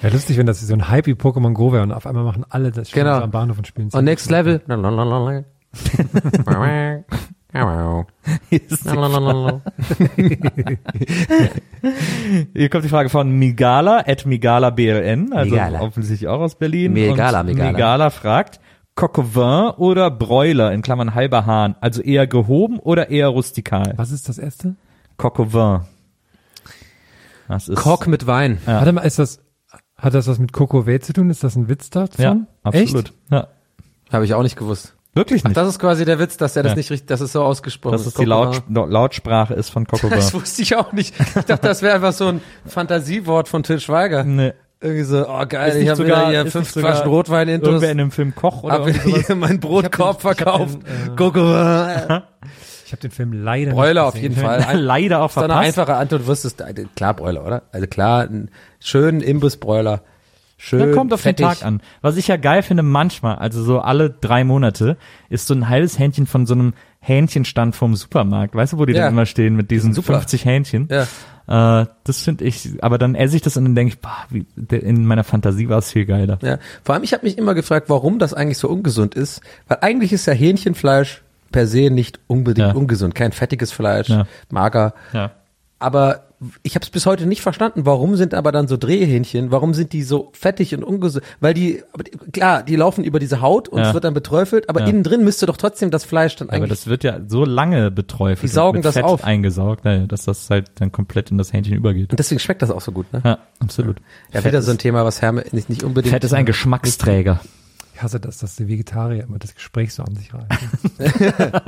Speaker 4: Wäre lustig, wenn das so ein Hype wie Pokémon Go wäre und auf einmal machen alle das Spiel
Speaker 2: Genau.
Speaker 4: am Bahnhof und spielen.
Speaker 2: Und Next Level. <laughs>
Speaker 3: Hier, ist die, hier kommt die Frage von Migala, at Migala BLN, also
Speaker 2: Migala.
Speaker 3: offensichtlich auch aus Berlin.
Speaker 2: Migala,
Speaker 3: Und
Speaker 2: Migala.
Speaker 3: Migala fragt, Coquevin oder Broiler, in Klammern halber Hahn, also eher gehoben oder eher rustikal?
Speaker 4: Was ist das erste?
Speaker 3: Coquevin. Das ist
Speaker 2: Kork mit Wein.
Speaker 4: Warte mal, ist das, hat das was mit Coco Way zu tun? Ist das ein Witz davon?
Speaker 3: ja, absolut.
Speaker 4: Echt?
Speaker 3: Ja,
Speaker 2: Habe ich auch nicht gewusst.
Speaker 3: wirklich nicht.
Speaker 2: Das ist quasi der Witz, dass er das
Speaker 3: Ja.
Speaker 2: nicht richtig, das ist so ausgesprochen.
Speaker 3: dass es die Laut,
Speaker 2: <laughs>
Speaker 3: Lautsprache ist von Coco
Speaker 2: Das wusste ich auch nicht. Ich dachte, das wäre einfach so ein Fantasiewort von Till Schweiger.
Speaker 3: <laughs> Nee.
Speaker 2: Irgendwie so, oh
Speaker 3: Hm. Ist
Speaker 2: geil, ich
Speaker 3: nicht
Speaker 2: habe wieder
Speaker 3: sogar-
Speaker 2: hier
Speaker 3: ist
Speaker 2: fünf
Speaker 3: nicht sogar
Speaker 2: Flaschen Rotwein-Intos.
Speaker 3: Irgendwer in einem Film Koch oder
Speaker 2: Hab
Speaker 3: irgendwie sowas.
Speaker 2: hier meinen Brotkorb
Speaker 4: ich hab den,
Speaker 2: verkauft.
Speaker 4: äh,
Speaker 2: Guck mal.
Speaker 4: Ich habe den Film leider
Speaker 2: Bräuler
Speaker 4: nicht
Speaker 2: auf
Speaker 4: gesehen.
Speaker 2: jeden Fall. Ein-
Speaker 3: Leider auch
Speaker 2: Ist doch eine
Speaker 3: verpasst.
Speaker 2: einfache Antwort, wirst es, äh, klar Bräuler, oder? Also klar, einen schönen Imbissbräuler. Schön,
Speaker 3: Ja, kommt auf
Speaker 2: fettig.
Speaker 3: den Tag an. Was ich ja geil finde manchmal, also so alle drei Monate, ist so ein halbes Hähnchen von so einem Hähnchenstand vom Supermarkt. Weißt du, wo die
Speaker 2: Ja.
Speaker 3: dann immer stehen mit diesen
Speaker 2: super.
Speaker 3: 50 Hähnchen?
Speaker 2: Ja.
Speaker 3: Äh, das finde ich, aber dann esse ich das und dann denke ich, boah, wie, der- in meiner Fantasie war es viel geiler.
Speaker 2: Ja, vor allem, ich habe mich immer gefragt, warum das eigentlich so ungesund ist, weil eigentlich ist ja Hähnchenfleisch per se nicht unbedingt
Speaker 3: Ja.
Speaker 2: ungesund, kein fettiges Fleisch,
Speaker 3: Ja.
Speaker 2: mager.
Speaker 3: Ja.
Speaker 2: Aber ich habe es bis heute nicht verstanden, warum sind aber dann so Drehhähnchen, warum sind die so fettig und ungesund? Weil die, aber die- klar, die laufen über diese Haut und
Speaker 3: Ja.
Speaker 2: es wird dann beträufelt, aber
Speaker 3: Ja.
Speaker 2: innen drin müsste doch trotzdem das Fleisch dann
Speaker 3: Aber
Speaker 2: eigentlich
Speaker 3: das wird ja so lange beträufelt.
Speaker 2: Die saugen
Speaker 3: und mit
Speaker 2: das
Speaker 3: Fett
Speaker 2: auf.
Speaker 3: eingesaugt, naja, dass das halt dann komplett in das Hähnchen übergeht.
Speaker 2: Und deswegen schmeckt das auch so gut, ne?
Speaker 3: Ja, absolut.
Speaker 2: Ja,
Speaker 3: Fett
Speaker 2: wieder so ein
Speaker 3: ist-
Speaker 2: Thema, was Herr nicht, nicht unbedingt.
Speaker 3: Fett ist ein Geschmacksträger.
Speaker 4: Ich hasse das, dass die Vegetarier immer das Gespräch so an sich reißen.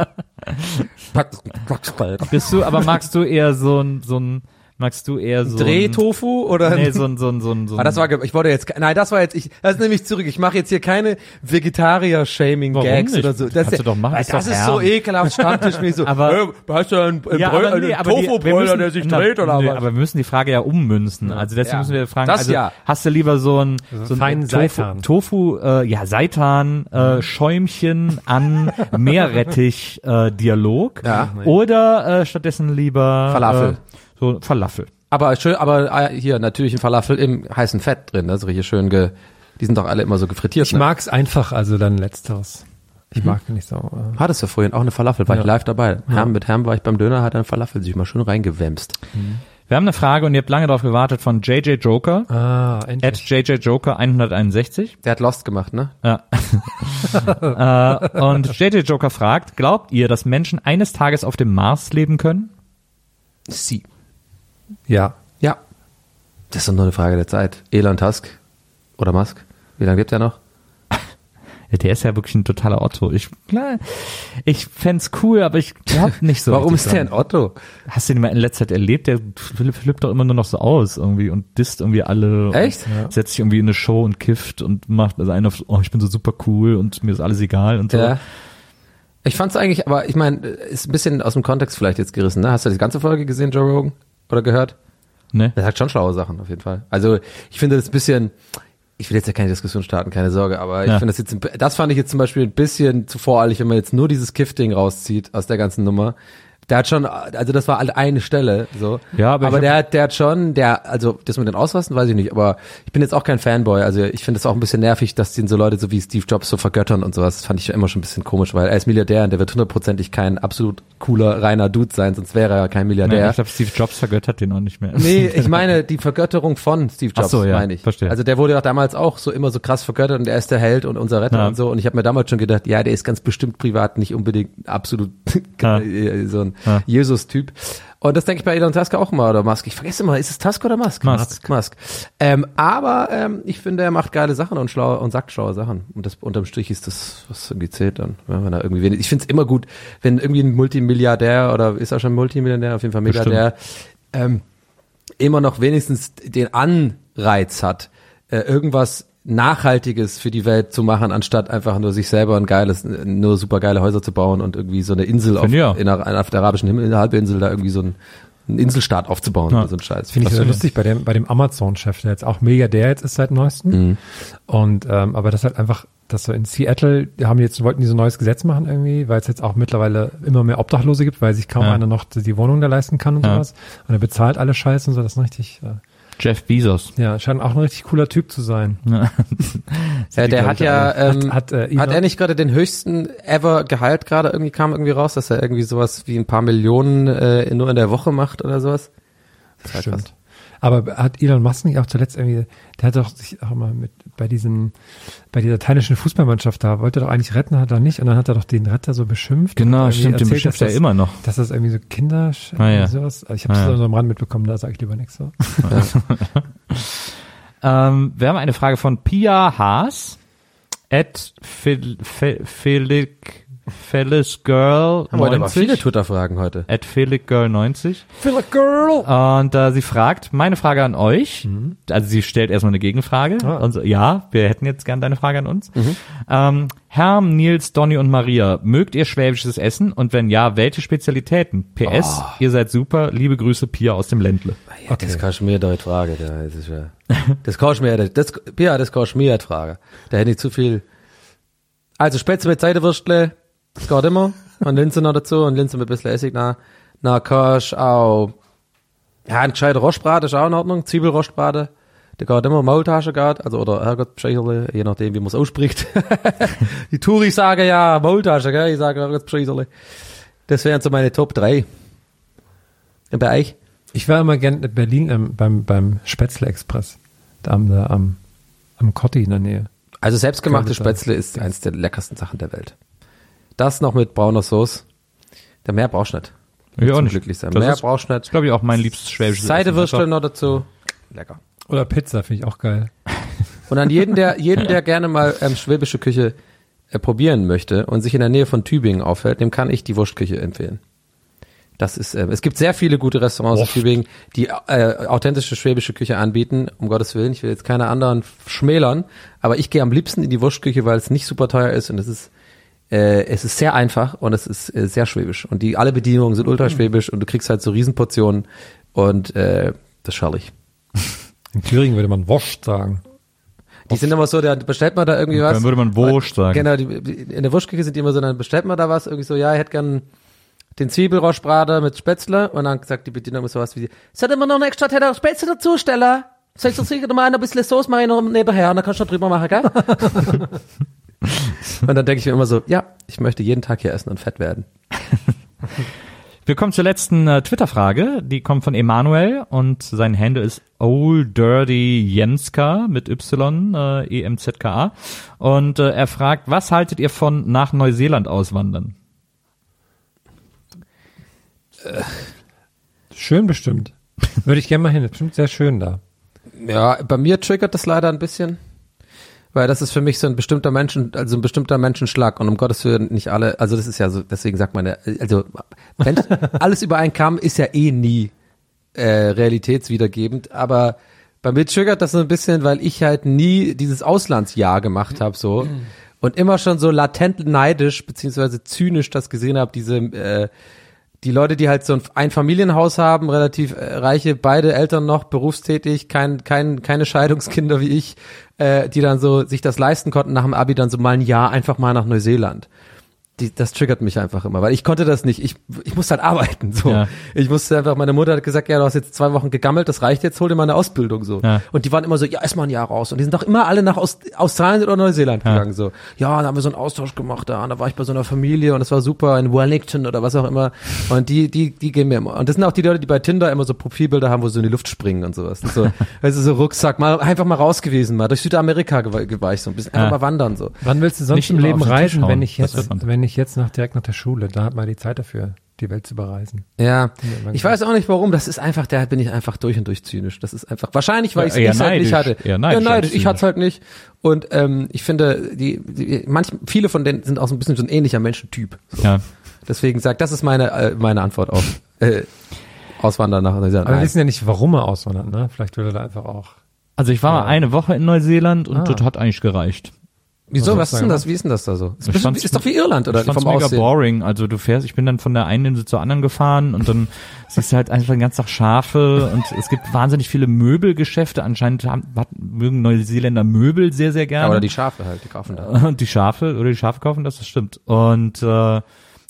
Speaker 2: Pack- Packsball.
Speaker 3: Bist du, aber magst du eher so ein, so ein, magst du eher so ein,
Speaker 2: Drehtofu oder?
Speaker 3: Nee, so ein, so ein, so ein, so ein
Speaker 2: Ah, das war, ge- ich wollte jetzt, ke- nein, das war jetzt, ich, das nehme ich zurück. Ich mache jetzt hier keine
Speaker 3: Warum
Speaker 2: Vegetarier-Shaming-Gags
Speaker 3: nicht?
Speaker 2: oder so.
Speaker 3: Kannst du doch machen,
Speaker 2: Weil
Speaker 3: ist
Speaker 2: das
Speaker 3: doch
Speaker 2: ist
Speaker 3: Herren.
Speaker 2: so ekelhaft stammtischmäßig. So,
Speaker 3: <laughs> Aber-
Speaker 2: äh, hast du einen, einen,
Speaker 3: ja,
Speaker 2: Bröl-
Speaker 3: aber nee,
Speaker 2: einen
Speaker 3: aber die- wir
Speaker 2: Tofu-Bröller,
Speaker 3: müssen-
Speaker 2: der sich
Speaker 3: na,
Speaker 2: dreht oder
Speaker 3: nö,
Speaker 2: was?
Speaker 3: Aber wir müssen die Frage ja ummünzen. Also deswegen
Speaker 2: Ja.
Speaker 3: müssen wir fragen,
Speaker 2: Das
Speaker 3: also
Speaker 2: ja.
Speaker 3: hast du lieber so ein so ein
Speaker 4: feinen Seitan. Mhm.
Speaker 3: Tofu, äh, ja, Seitan, äh, Schäumchen
Speaker 4: <laughs>
Speaker 3: an Meerrettich äh, Dialog
Speaker 2: Ja.
Speaker 3: oder äh, stattdessen lieber
Speaker 2: Falafel.
Speaker 3: Äh, so Falafel.
Speaker 2: aber schön, aber äh, hier, natürlich ein Falafel im heißen Fett drin, ne? So richtig schön ge, die sind doch alle immer so gefrittiert.
Speaker 4: <laughs> Ich
Speaker 2: ne?
Speaker 4: mag's einfach, also dann letzteres. Ich mag nicht so. Äh,
Speaker 2: Hattest du vorhin auch eine Falafel, war
Speaker 4: Ja.
Speaker 2: ich live dabei. Herm, mit Herm war ich beim Döner, hat er eine Falafel sich mal schön reingewämst.
Speaker 3: Wir haben eine Frage und ihr habt lange darauf gewartet von JJ Joker
Speaker 4: ah,
Speaker 3: at
Speaker 4: endlich.
Speaker 3: JJ Joker 161.
Speaker 2: Der hat Lost gemacht, ne?
Speaker 3: Ja. äh, und
Speaker 4: <laughs>
Speaker 3: JJ Joker fragt, glaubt ihr, dass Menschen eines Tages auf dem Mars leben können?
Speaker 2: Sie.
Speaker 4: Ja.
Speaker 2: Ja. Das ist doch nur eine Frage der Zeit. Elon Tusk oder Musk. Wie lange lebt er noch?
Speaker 3: Ja, der ist ja wirklich ein totaler Otto. Ich, na, ich fänd's cool, aber ich
Speaker 2: <laughs>
Speaker 3: glaub nicht so.
Speaker 2: Warum
Speaker 3: richtig
Speaker 2: ist der ein
Speaker 3: dran.
Speaker 2: Otto?
Speaker 3: Hast du den mal in letzter Zeit erlebt? Der flipp- flippt doch immer nur noch so aus irgendwie und disst irgendwie alle.
Speaker 2: Echt?
Speaker 3: Und Setzt sich irgendwie in eine Show und kifft und macht also einen auf, oh, ich bin so super cool und mir ist alles egal und so.
Speaker 2: Ja. Ich fand's eigentlich, aber ich meine, ist ein bisschen aus dem Kontext vielleicht jetzt gerissen. Ne? Hast du die ganze Folge gesehen, Joe Rogan? Oder gehört?
Speaker 3: Ne?
Speaker 2: Er sagt schon schlaue Sachen auf jeden Fall. Also ich finde das ein bisschen, ich will jetzt ja keine Diskussion starten, keine Sorge, aber ich
Speaker 3: Ja.
Speaker 2: finde das jetzt, ein- das fand ich jetzt zum Beispiel ein bisschen zu voreilig, wenn man jetzt nur dieses Kiff-Ding rauszieht aus der ganzen Nummer. Der hat schon, also das war halt eine Stelle, so.
Speaker 3: Ja,
Speaker 2: aber,
Speaker 3: aber ich hab-
Speaker 2: der hat, der hat schon, der, also das mit den Ausrasten weiß ich nicht, aber ich bin jetzt auch kein Fanboy, also ich finde es auch ein bisschen nervig, dass den so Leute so wie Steve Jobs so vergöttern und sowas, das fand ich immer schon ein bisschen komisch, weil er ist Milliardär und der wird hundertprozentig kein absolut cooler, reiner Dude sein, sonst wäre er ja kein Milliardär.
Speaker 3: Nein, ich glaube, Steve Jobs vergöttert den auch nicht mehr.
Speaker 2: <laughs>
Speaker 3: <laughs>
Speaker 2: Nee, ich meine die Vergötterung von Steve Jobs,
Speaker 3: Ach so, ja,
Speaker 2: meine ich.
Speaker 3: verstehe.
Speaker 2: Also der wurde ja damals auch so immer so krass vergöttert und er ist der Held und unser Retter
Speaker 3: Ja.
Speaker 2: und so. Und ich habe mir damals schon gedacht, ja, der ist ganz bestimmt privat nicht unbedingt absolut <laughs>
Speaker 3: Ja.
Speaker 2: so ein
Speaker 3: Ja.
Speaker 2: Jesus-Typ. Und das denke ich bei Elon Musk auch immer oder Musk. Ich vergesse immer, ist es Tusk oder Musk?
Speaker 3: Musk.
Speaker 2: Musk. Ähm, aber ähm, ich finde, er macht geile Sachen und schlaue und sagt schlaue Sachen. Und das unterm Strich ist das, was irgendwie zählt dann. Wenn man da irgendwie wenig. Ich finde es immer gut, wenn irgendwie ein Multimilliardär oder ist er schon Multimilliardär, auf jeden Fall
Speaker 3: Bestimmt.
Speaker 2: Milliardär, ähm, immer noch wenigstens den Anreiz hat, äh, irgendwas Nachhaltiges für die Welt zu machen, anstatt einfach nur sich selber ein geiles, nur super geile Häuser zu bauen und irgendwie so eine Insel auf,
Speaker 3: Finde ja.
Speaker 2: in der, auf der arabischen Himmel, Halbinsel da irgendwie so ein, einen Inselstaat aufzubauen
Speaker 3: Ja.
Speaker 2: oder so ein Scheiß.
Speaker 4: Finde ich
Speaker 2: Was
Speaker 4: so
Speaker 2: für-
Speaker 4: lustig bei dem, bei dem Amazon-Chef, der jetzt auch Milliardär jetzt ist seit neuestem. Und, ähm, aber das halt einfach, dass so in Seattle, die haben jetzt, wollten die so ein neues Gesetz machen irgendwie, weil es jetzt auch mittlerweile immer mehr Obdachlose gibt, weil sich kaum
Speaker 3: Ja.
Speaker 4: einer noch die die Wohnung da leisten kann und
Speaker 3: Ja.
Speaker 4: sowas. Und er bezahlt alle Scheiße und so, das ist ein richtig, äh,
Speaker 3: Jeff Bezos.
Speaker 4: ja, scheint auch ein richtig cooler Typ zu sein.
Speaker 2: Ja, Äh, der
Speaker 3: glaub
Speaker 2: hat
Speaker 3: ich,
Speaker 2: ja,
Speaker 4: alle.
Speaker 2: ähm, hat,
Speaker 4: Hat- hat, äh, Elon-
Speaker 2: er nicht gerade den höchsten ever Gehalt gerade irgendwie kam irgendwie raus, dass er irgendwie sowas wie ein paar Millionen äh, nur in der Woche macht oder sowas? Das ist halt krass.
Speaker 4: Stimmt. Aber hat Elon Musk nicht auch zuletzt irgendwie, der hat doch sich auch immer mit bei diesem, bei dieser thailändischen Fußballmannschaft da, wollte er doch eigentlich retten, hat er nicht, und dann hat er doch den Retter so beschimpft.
Speaker 3: Genau,
Speaker 4: Und irgendwie
Speaker 3: stimmt, den
Speaker 4: erzählt,
Speaker 3: beschimpft
Speaker 4: dass
Speaker 3: er
Speaker 4: das-
Speaker 3: immer noch.
Speaker 4: Dass das irgendwie so Kinder,
Speaker 3: Ah, ja.
Speaker 4: sowas. Also Ich habe es
Speaker 3: Ah, ja.
Speaker 4: so am Rand mitbekommen, da sage ich lieber nichts. So.
Speaker 3: Ähm, wir haben eine Frage von Pia Haas at Fel- Fel- Felik Fellas Girl
Speaker 2: Haben wir heute aber
Speaker 3: 90,
Speaker 2: viele Twitter-Fragen heute.
Speaker 3: at Philic Girl 90.
Speaker 2: Filler Girl.
Speaker 3: Und äh, sie fragt, meine Frage an euch,
Speaker 2: Mhm.
Speaker 3: also sie stellt erstmal eine Gegenfrage.
Speaker 4: Ah.
Speaker 3: Und so, ja, wir hätten jetzt gern deine Frage an uns.
Speaker 2: Mhm.
Speaker 3: Ähm, Herm, Nils, Donny und Maria, mögt ihr schwäbisches Essen? Und wenn ja, welche Spezialitäten? PS,
Speaker 2: Ah.
Speaker 3: ihr seid super, liebe Grüße, Pia aus dem Ländle.
Speaker 2: Ja, Das kannst du mir doch nicht fragen. Da. Das, ist ja, <laughs> das kannst du mir nicht. Das, ja, das kannst du mir nicht fragen. Da hätte ich zu viel. Also Spätzle mit Seidewürstle, das geht immer. Und Linsen noch dazu und Linsen mit ein bisschen Essig nach. Na, kannst auch. Ja, ein gescheiter Rostbraten ist auch in Ordnung. Zwiebelrostbraten. Der geht immer Maultasche geht, also oder Herrgottpscheicherle, je nachdem, wie man es ausspricht. <laughs> Die Touris sagen ja Maultasche, gell? Ich sage Herrgottpscheicherle. Das wären so meine Top 3. Im Bereich.
Speaker 4: Ich war immer gern in Berlin ähm, beim, beim Spätzle Express. Da am, da am, am Kotti in der Nähe.
Speaker 2: Also selbstgemachte
Speaker 4: Könnte sein.
Speaker 2: Spätzle ist eins der leckersten Sachen der Welt. Das noch mit brauner Soße. Der mehr brauchst du nicht.
Speaker 3: Ich
Speaker 2: Zum glücklich sein.
Speaker 3: Das
Speaker 2: Mehr
Speaker 3: ist,
Speaker 2: brauchst du nicht.
Speaker 3: glaube ich, auch mein liebstes schwäbisches
Speaker 2: Seidewürstel
Speaker 3: Essen.
Speaker 2: noch dazu. Lecker.
Speaker 4: Oder Pizza finde ich auch geil.
Speaker 2: Und an jeden, der, jeden, der gerne mal ähm, schwäbische Küche äh, probieren möchte und sich in der Nähe von Tübingen aufhält, dem kann ich die Wurstküche empfehlen. Das ist, ähm, es gibt sehr viele gute Restaurants in Tübingen, die äh, authentische schwäbische Küche anbieten. Um Gottes Willen, ich will jetzt keine anderen schmälern, aber ich gehe am liebsten in die Wurstküche, weil es nicht super teuer ist und es ist äh, es ist sehr einfach und es ist äh, sehr schwäbisch. Und die alle Bedienungen sind ultraschwäbisch und du kriegst halt so Riesenportionen und äh, das schalle ich.
Speaker 4: In Thüringen würde man Wurst sagen.
Speaker 2: Die sind immer so, da bestellt man da irgendwie was.
Speaker 3: Dann würde man Wurst sagen.
Speaker 2: Genau, die, die, in der Wurstküche sind die immer so, dann bestellt man da was, irgendwie so, ja, ich hätte gern den Zwiebelroschbraten mit Spätzle und dann sagt die Bedienung immer sowas wie, sollte man noch einen extra Teller Spätzle dazu stellen? Soll ich so sicher mal ein bisschen Soße machen noch nebenher und dann kannst du noch drüber machen, gell? und dann denke ich mir immer so, ja, ich möchte jeden Tag hier essen und fett werden.
Speaker 3: Wir kommen zur letzten äh, Twitter-Frage. Die kommt von Emanuel und sein Handle ist Old Dirty Jenska mit Y, äh, E-M-Z-K-A. Und äh, er fragt, was haltet ihr von nach Neuseeland auswandern?
Speaker 4: Schön bestimmt. Würde ich gerne mal hin. Ist Bestimmt sehr schön da.
Speaker 2: Ja, bei mir triggert das leider ein bisschen, weil das ist für mich so ein bestimmter Menschen, also ein bestimmter Menschenschlag und um Gottes Willen nicht alle, also das ist ja so, deswegen sagt man ja, also wenn alles übereinkam, ist ja eh nie äh, realitätswiedergebend, aber bei mir triggert das so ein bisschen, weil ich halt nie dieses Auslandsjahr gemacht habe so und immer schon so latent neidisch beziehungsweise zynisch das gesehen habe, diese äh, die Leute, die halt so ein Einfamilienhaus haben, relativ äh, reiche, beide Eltern noch berufstätig, kein, kein, keine Scheidungskinder wie ich, äh, die dann so sich das leisten konnten nach dem Abi dann so mal ein Jahr einfach mal nach Neuseeland. Die, das triggert mich einfach immer, weil ich konnte das nicht. Ich, ich musste halt arbeiten. So,
Speaker 3: Ja.
Speaker 2: ich musste einfach. Meine Mutter hat gesagt, ja, du hast jetzt zwei Wochen gegammelt, das reicht jetzt, hol dir mal eine Ausbildung so.
Speaker 3: Ja.
Speaker 2: Und die waren immer so, ja, erst mal ein Jahr raus. Und die sind doch immer alle nach Aus Australien oder Neuseeland gegangen so. Ja, da haben wir so einen Austausch gemacht da. Und da war ich bei so einer Familie und es war super in Wellington oder was auch immer. Und die, die, die gehen mir immer. Und das sind auch die Leute, die bei Tinder immer so Profilbilder haben, wo sie in die Luft springen und sowas. Das ist so, <laughs> also so Rucksack, mal einfach mal raus gewesen, mal durch Südamerika gewa- war ich so ein bisschen, einfach
Speaker 3: Ja.
Speaker 2: mal wandern so.
Speaker 4: Wann willst du sonst
Speaker 3: Nicht
Speaker 4: im
Speaker 3: immer
Speaker 4: Leben
Speaker 3: auf den Tisch
Speaker 4: reisen,
Speaker 3: hauen.
Speaker 4: wenn ich
Speaker 3: Das wird man.
Speaker 4: jetzt, wenn ich jetzt nach, direkt nach der Schule? Da hat man die Zeit dafür, die Welt zu bereisen.
Speaker 2: Ja,
Speaker 4: man
Speaker 2: ich
Speaker 4: kann-
Speaker 2: weiß auch nicht warum. Das ist einfach, da bin ich einfach durch und durch zynisch. Das ist einfach wahrscheinlich, weil
Speaker 3: Ja,
Speaker 2: ich
Speaker 3: eher
Speaker 2: es halt nicht
Speaker 3: neidisch.
Speaker 2: hatte.
Speaker 3: Eher neidisch
Speaker 2: ja, neidisch.
Speaker 3: als
Speaker 2: Ich hatte es halt nicht. Und ähm, ich finde, die, die manch, viele von denen sind auch so ein bisschen so ein ähnlicher Menschentyp. So.
Speaker 3: Ja.
Speaker 2: Deswegen sagt, das ist meine äh, meine Antwort auf äh, Auswandern nach Neuseeland.
Speaker 4: Aber wir
Speaker 2: Nein.
Speaker 4: wissen ja nicht, warum er auswandert, ne? Vielleicht will er da einfach auch.
Speaker 3: Also ich war mal eine Woche in Neuseeland
Speaker 2: Ah.
Speaker 3: und das hat eigentlich gereicht.
Speaker 2: Wieso? Was ist denn
Speaker 4: sagen,
Speaker 2: das? Wie ist denn das da so? Ist,
Speaker 3: ne? Ich
Speaker 2: bestimmt-
Speaker 3: fand's-
Speaker 2: ist doch wie Irland oder
Speaker 3: ich fand's
Speaker 2: vom
Speaker 3: mega
Speaker 2: Aussehen.
Speaker 3: boring. Also du fährst, ich bin dann von der einen Insel zur anderen gefahren und
Speaker 2: <laughs>
Speaker 3: dann siehst du halt einfach den ganzen Tag Schafe und es gibt wahnsinnig viele Möbelgeschäfte. Anscheinend haben, hat- mögen Neuseeländer Möbel sehr, sehr
Speaker 2: Ja,
Speaker 3: gerne.
Speaker 2: oder die Schafe halt, die kaufen da.
Speaker 3: Und <laughs> die Schafe, oder die Schafe kaufen das, das stimmt. Und äh,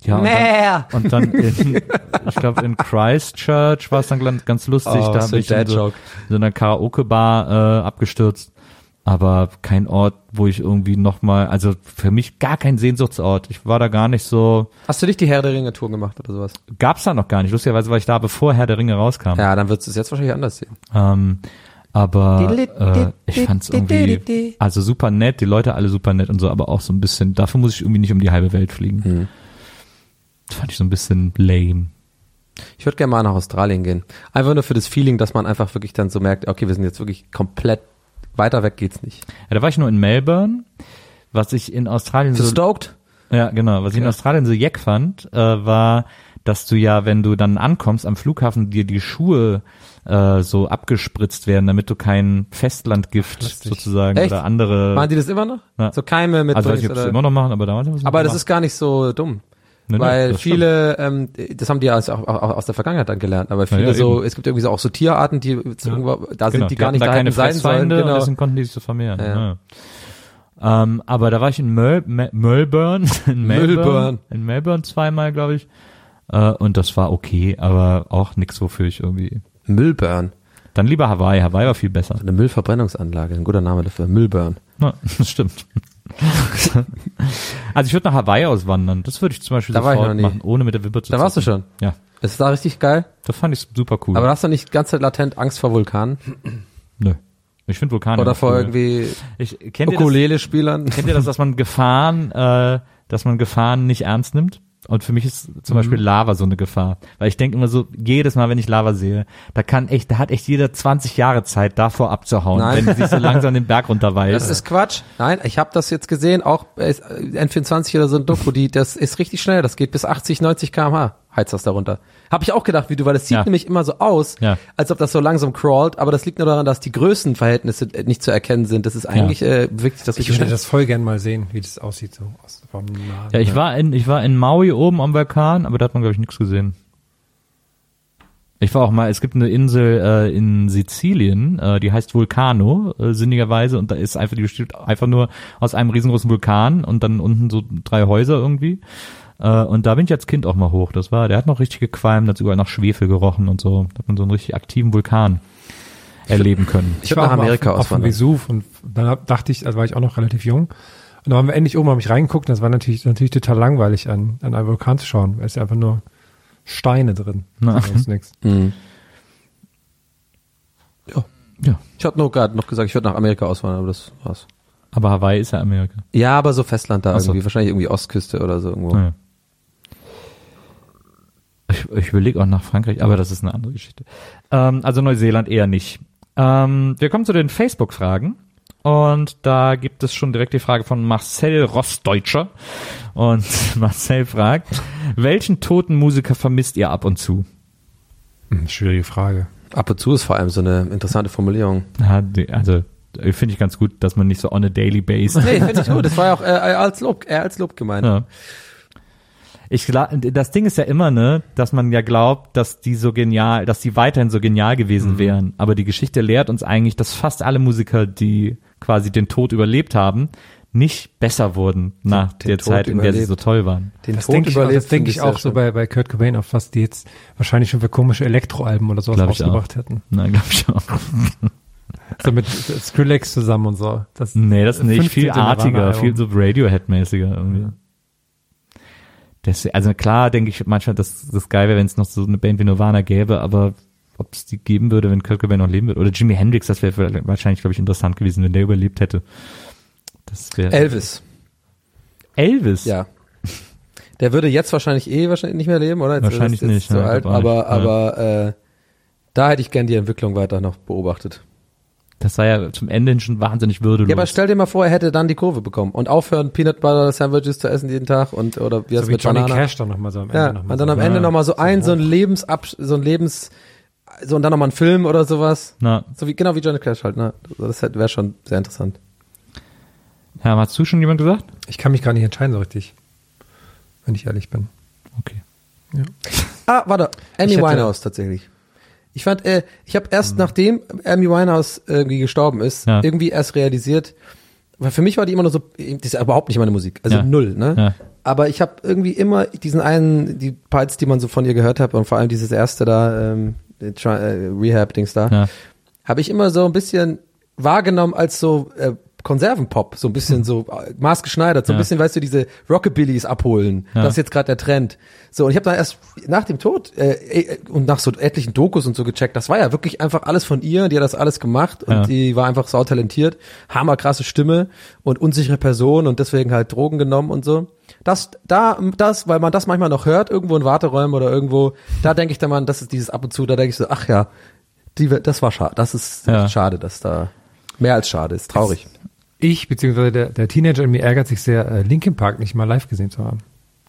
Speaker 3: ja, und dann,
Speaker 2: Mäh!
Speaker 3: und dann in, ich glaube in Christchurch war es dann ganz, ganz lustig.
Speaker 2: Oh,
Speaker 3: da
Speaker 2: so
Speaker 3: habe
Speaker 2: ein
Speaker 3: ich in so,
Speaker 2: Dad-Joke.
Speaker 3: so einer Karaoke-Bar äh, abgestürzt. Aber kein Ort, wo ich irgendwie nochmal, also für mich gar kein Sehnsuchtsort. Ich war da gar nicht so,
Speaker 2: Hast du nicht die Herr der Ringe Tour gemacht oder sowas?
Speaker 3: gab's da noch gar nicht. Lustigerweise war ich da, bevor Herr der Ringe rauskam.
Speaker 2: Ja, dann würdest du es jetzt wahrscheinlich anders sehen.
Speaker 3: Ähm, aber äh, ich fand's irgendwie, also super nett, die Leute alle super nett und so, aber auch so ein bisschen, dafür muss ich irgendwie nicht um die halbe Welt fliegen.
Speaker 2: Mhm.
Speaker 3: Das fand ich so ein bisschen lame.
Speaker 2: Ich würde gerne mal nach Australien gehen. Einfach nur für das Feeling, dass man einfach wirklich dann so merkt, okay, wir sind jetzt wirklich komplett weiter weg geht's nicht.
Speaker 3: Ja, da war ich nur in Melbourne, was ich in Australien
Speaker 2: Bist du
Speaker 3: so,
Speaker 2: stoked?
Speaker 3: Ja, genau. Was ich in Australien so jeck fand, äh, war, dass du ja, wenn du dann ankommst am Flughafen, dir die Schuhe äh, so abgespritzt werden, damit du kein Festlandgift sozusagen
Speaker 2: Echt?
Speaker 3: oder andere.
Speaker 2: Machen die das immer noch?
Speaker 3: Ja.
Speaker 2: So Keime mit
Speaker 3: also weiß
Speaker 2: Dings
Speaker 3: nicht, ob sie
Speaker 2: oder-
Speaker 3: immer noch machen, aber damals haben sie es
Speaker 2: Aber das
Speaker 3: gemacht.
Speaker 2: ist gar nicht so dumm.
Speaker 3: Nee, nee,
Speaker 2: weil
Speaker 3: das stimmt.
Speaker 2: viele, ähm, das haben die ja also auch, auch aus der Vergangenheit dann gelernt, aber viele
Speaker 3: ja,
Speaker 2: so,
Speaker 3: eben. Genau,
Speaker 2: es gibt irgendwie so auch so Tierarten, die jetzt irgendwo, da Also sind die gar
Speaker 3: hatten
Speaker 2: nicht
Speaker 3: da
Speaker 2: da
Speaker 3: keine
Speaker 2: hätten sein sollen.
Speaker 3: Fressfeinde und
Speaker 2: Genau.
Speaker 3: deswegen konnten die sich so vermehren.
Speaker 2: Ja.
Speaker 3: Ja. Ähm, aber da war ich in Mel Me- Melbourne, <laughs> in
Speaker 2: Melbourne.
Speaker 3: Melbourne, in Melbourne zweimal, glaube ich. Äh, und das war okay, aber auch nix, wofür ich irgendwie.
Speaker 2: Müllburn.
Speaker 3: Dann lieber Hawaii. Hawaii war viel besser. <laughs>
Speaker 2: Eine Müllverbrennungsanlage, ein guter Name dafür. Müllburn.
Speaker 3: Ja, das stimmt. <laughs> also ich würde nach Hawaii auswandern. Das würde ich zum Beispiel
Speaker 2: Da war ich noch
Speaker 3: sofort
Speaker 2: nie.
Speaker 3: machen, ohne mit der Wimper zu
Speaker 2: Da warst du
Speaker 3: zucken.
Speaker 2: schon.
Speaker 3: Ja,
Speaker 2: Es war richtig geil.
Speaker 3: das fand ich super cool.
Speaker 2: Aber da hast du nicht ganz latent Angst vor Vulkanen
Speaker 3: Nö. Ich finde Vulkane
Speaker 2: oder
Speaker 3: auch
Speaker 2: vor
Speaker 3: cool.
Speaker 2: irgendwie
Speaker 3: Ich, kennt ihr das?
Speaker 2: Ukulele-Spielern.
Speaker 3: <laughs> Kennt ihr das, dass man Gefahren, äh, dass man Gefahren nicht ernst nimmt? Und für mich ist zum
Speaker 2: Mhm.
Speaker 3: Beispiel Lava so eine Gefahr. Weil ich denke immer so, jedes Mal, wenn ich Lava sehe, da kann echt, da hat echt jeder 20 Jahre Zeit, davor abzuhauen,
Speaker 2: Nein.
Speaker 3: wenn die sich so langsam den Berg
Speaker 2: Das
Speaker 3: runterweißt.
Speaker 2: ist Quatsch. Nein, ich habe das jetzt gesehen, auch äh, N24 oder so ein Doku, die, das ist richtig schnell, das geht bis 80, 90 km/h, heizt das darunter. Habe ich auch gedacht, wie du, weil das sieht
Speaker 3: Ja.
Speaker 2: nämlich immer so aus,
Speaker 3: Ja.
Speaker 2: als ob das so langsam crawlt, aber das liegt nur daran, dass die Größenverhältnisse äh, nicht zu erkennen sind. Das ist eigentlich äh, wirklich das
Speaker 4: Ich würde das voll gern mal sehen, wie das aussieht so aus vom Nahen.
Speaker 3: Ja, ich war in, ich war in Maui oben am Vulkan, aber da hat man, glaube ich, nichts gesehen. Ich war auch mal, es gibt eine Insel äh, in Sizilien, äh, die heißt Vulcano, äh, sinnigerweise, und da ist einfach, die besteht einfach nur aus einem riesengroßen Vulkan und dann unten so drei Häuser irgendwie. Äh, und da bin ich als Kind auch mal hoch. Das war, der hat noch richtig gequalmt, hat überall nach Schwefel gerochen und so. Da hat man so einen richtig aktiven Vulkan erleben können.
Speaker 2: Ich würde nach
Speaker 4: auch mal
Speaker 2: Amerika
Speaker 4: auf, auf dem
Speaker 2: auswandern.
Speaker 4: Vesuv und dann hab, dachte ich, also war ich auch noch relativ jung. Und dann waren wir endlich oben, haben mich reingeguckt und das war natürlich, natürlich total langweilig, an, an einen Vulkan zu schauen, weil es ja einfach nur Steine drin.
Speaker 3: Na. <laughs>
Speaker 4: Sonst nix.
Speaker 3: Ja.
Speaker 2: Ich hatte nur gerade noch gesagt, ich würde nach Amerika auswandern, aber das war's.
Speaker 3: Aber Hawaii ist ja Amerika.
Speaker 2: Ja, aber so Festland da
Speaker 3: Ach so.
Speaker 2: irgendwie, wahrscheinlich irgendwie Ostküste oder so irgendwo.
Speaker 3: Ja. Ich, ich überlege auch nach Frankreich, aber das ist eine andere Geschichte. Ähm, also Neuseeland eher nicht. Ähm, wir kommen zu den Facebook-Fragen. Und da gibt es schon direkt die Frage von Marcel Rossdeutscher. Und <laughs> Marcel fragt, welchen toten Musiker vermisst ihr ab und zu?
Speaker 4: Hm, Schwierige Frage.
Speaker 2: Ab und zu ist vor allem so eine interessante Formulierung.
Speaker 3: Ja, die- Also äh, finde ich ganz gut, dass man nicht so on a daily basis.
Speaker 2: <laughs> Nee, finde ich gut. Das war ja auch äh, als Lob, eher als Lob gemeint.
Speaker 3: Ja. Ich glaube, das Ding ist ja immer, ne, dass man ja glaubt, dass die so genial, dass die weiterhin so genial gewesen
Speaker 2: Mhm.
Speaker 3: wären. Aber die Geschichte lehrt uns eigentlich, dass fast alle Musiker, die quasi den Tod überlebt haben, nicht besser wurden nach
Speaker 2: den
Speaker 3: der
Speaker 2: Tod
Speaker 3: Zeit, in der sie
Speaker 2: überlebt.
Speaker 3: so toll waren.
Speaker 2: Den
Speaker 4: Das denke ich auch, das denk
Speaker 2: finde
Speaker 4: ich auch
Speaker 2: sehr
Speaker 4: so
Speaker 2: schön.
Speaker 4: bei, bei Kurt Cobain, auf was die jetzt wahrscheinlich schon für komische Elektroalben oder sowas
Speaker 3: Glaub ich auch.
Speaker 4: rausgebracht hätten.
Speaker 3: Nein, glaube ich auch.
Speaker 4: So mit Skrillex zusammen und so. Das,
Speaker 3: Nee, das ist nicht
Speaker 4: 15.
Speaker 3: viel artiger,
Speaker 4: Nirvana-Album.
Speaker 3: viel
Speaker 2: um.
Speaker 3: so Radiohead-mäßiger irgendwie. Das, also klar denke ich manchmal, dass das geil wäre, wenn es noch so eine Band wie Nirvana gäbe, aber ob es die geben würde, wenn Kurt Cobain noch leben würde. Oder Jimi Hendrix, das wäre vielleicht- wahrscheinlich, glaube ich, interessant gewesen, wenn der überlebt hätte. Das wäre
Speaker 2: Elvis,
Speaker 3: Elvis.
Speaker 2: ja. <laughs> Der würde jetzt wahrscheinlich eh wahrscheinlich nicht mehr leben, oder? Jetzt
Speaker 3: Wahrscheinlich
Speaker 2: ist,
Speaker 3: nicht,
Speaker 2: Ist so
Speaker 3: ja, ich
Speaker 2: alt,
Speaker 3: glaub auch
Speaker 2: aber
Speaker 3: nicht, ja.
Speaker 2: aber äh, da hätte ich gern die Entwicklung weiter noch beobachtet.
Speaker 3: Das sei ja zum Ende hin schon wahnsinnig würdelos.
Speaker 2: Ja, aber stell dir mal vor, er hätte dann die Kurve bekommen und aufhören, Peanut Butter Sandwiches zu essen jeden Tag und oder wie das
Speaker 4: so wie
Speaker 2: mit
Speaker 4: Johnny
Speaker 2: Banana.
Speaker 4: Cash dann nochmal so am Ende.
Speaker 2: ja,
Speaker 4: noch mal
Speaker 2: und dann
Speaker 4: so.
Speaker 2: am Ende
Speaker 3: Ja,
Speaker 2: nochmal so ein, so ein Lebensab, so ein Lebens, so und dann nochmal ein Film oder sowas.
Speaker 3: Na,
Speaker 2: So wie, genau wie Johnny Cash halt, ne? Das wäre schon sehr interessant.
Speaker 3: ja, hast du schon jemand gesagt?
Speaker 4: Ich kann mich gar nicht entscheiden so richtig, wenn ich ehrlich bin.
Speaker 3: Okay.
Speaker 2: Ah, warte, Amy
Speaker 4: Ich hätte-
Speaker 2: Winehouse tatsächlich. Ich fand, äh, ich habe erst nachdem Amy Winehouse irgendwie gestorben ist,
Speaker 3: Hm. Ja.
Speaker 2: irgendwie erst realisiert, weil für mich war die immer nur so, das ist ja überhaupt nicht meine Musik, also
Speaker 3: Ja.
Speaker 2: null, ne?
Speaker 3: Ja.
Speaker 2: Aber ich habe irgendwie immer diesen einen, die Parts, die man so von ihr gehört hat und vor allem dieses erste da, ähm, äh, Tri- äh, Rehab-Dings da,
Speaker 3: Ja.
Speaker 2: habe ich immer so ein bisschen wahrgenommen als so äh, Konservenpop, so ein bisschen
Speaker 3: <laughs>
Speaker 2: so äh, maßgeschneidert, so ein
Speaker 3: Ja.
Speaker 2: bisschen, weißt du, diese Rockabillys abholen.
Speaker 3: Ja.
Speaker 2: Das ist jetzt gerade der Trend. So, und ich habe dann erst nach dem Tod äh, äh, und nach so etlichen Dokus und so gecheckt, das war ja wirklich einfach alles von ihr, die hat das alles gemacht und
Speaker 3: Ja.
Speaker 2: die war einfach sautalentiert, hammerkrasse Stimme und unsichere Person und deswegen halt Drogen genommen und so. Das, da, das, weil man das manchmal noch hört, irgendwo in Warteräumen oder irgendwo, da denke ich dann mal, das ist dieses ab und zu, da denke ich so, ach ja, die, das war schade. Das ist
Speaker 3: Ja.
Speaker 2: schade, dass da mehr als schade ist. Traurig.
Speaker 4: ich, beziehungsweise der, der Teenager in mir ärgert sich sehr, äh, Linkin Park nicht mal live gesehen zu haben.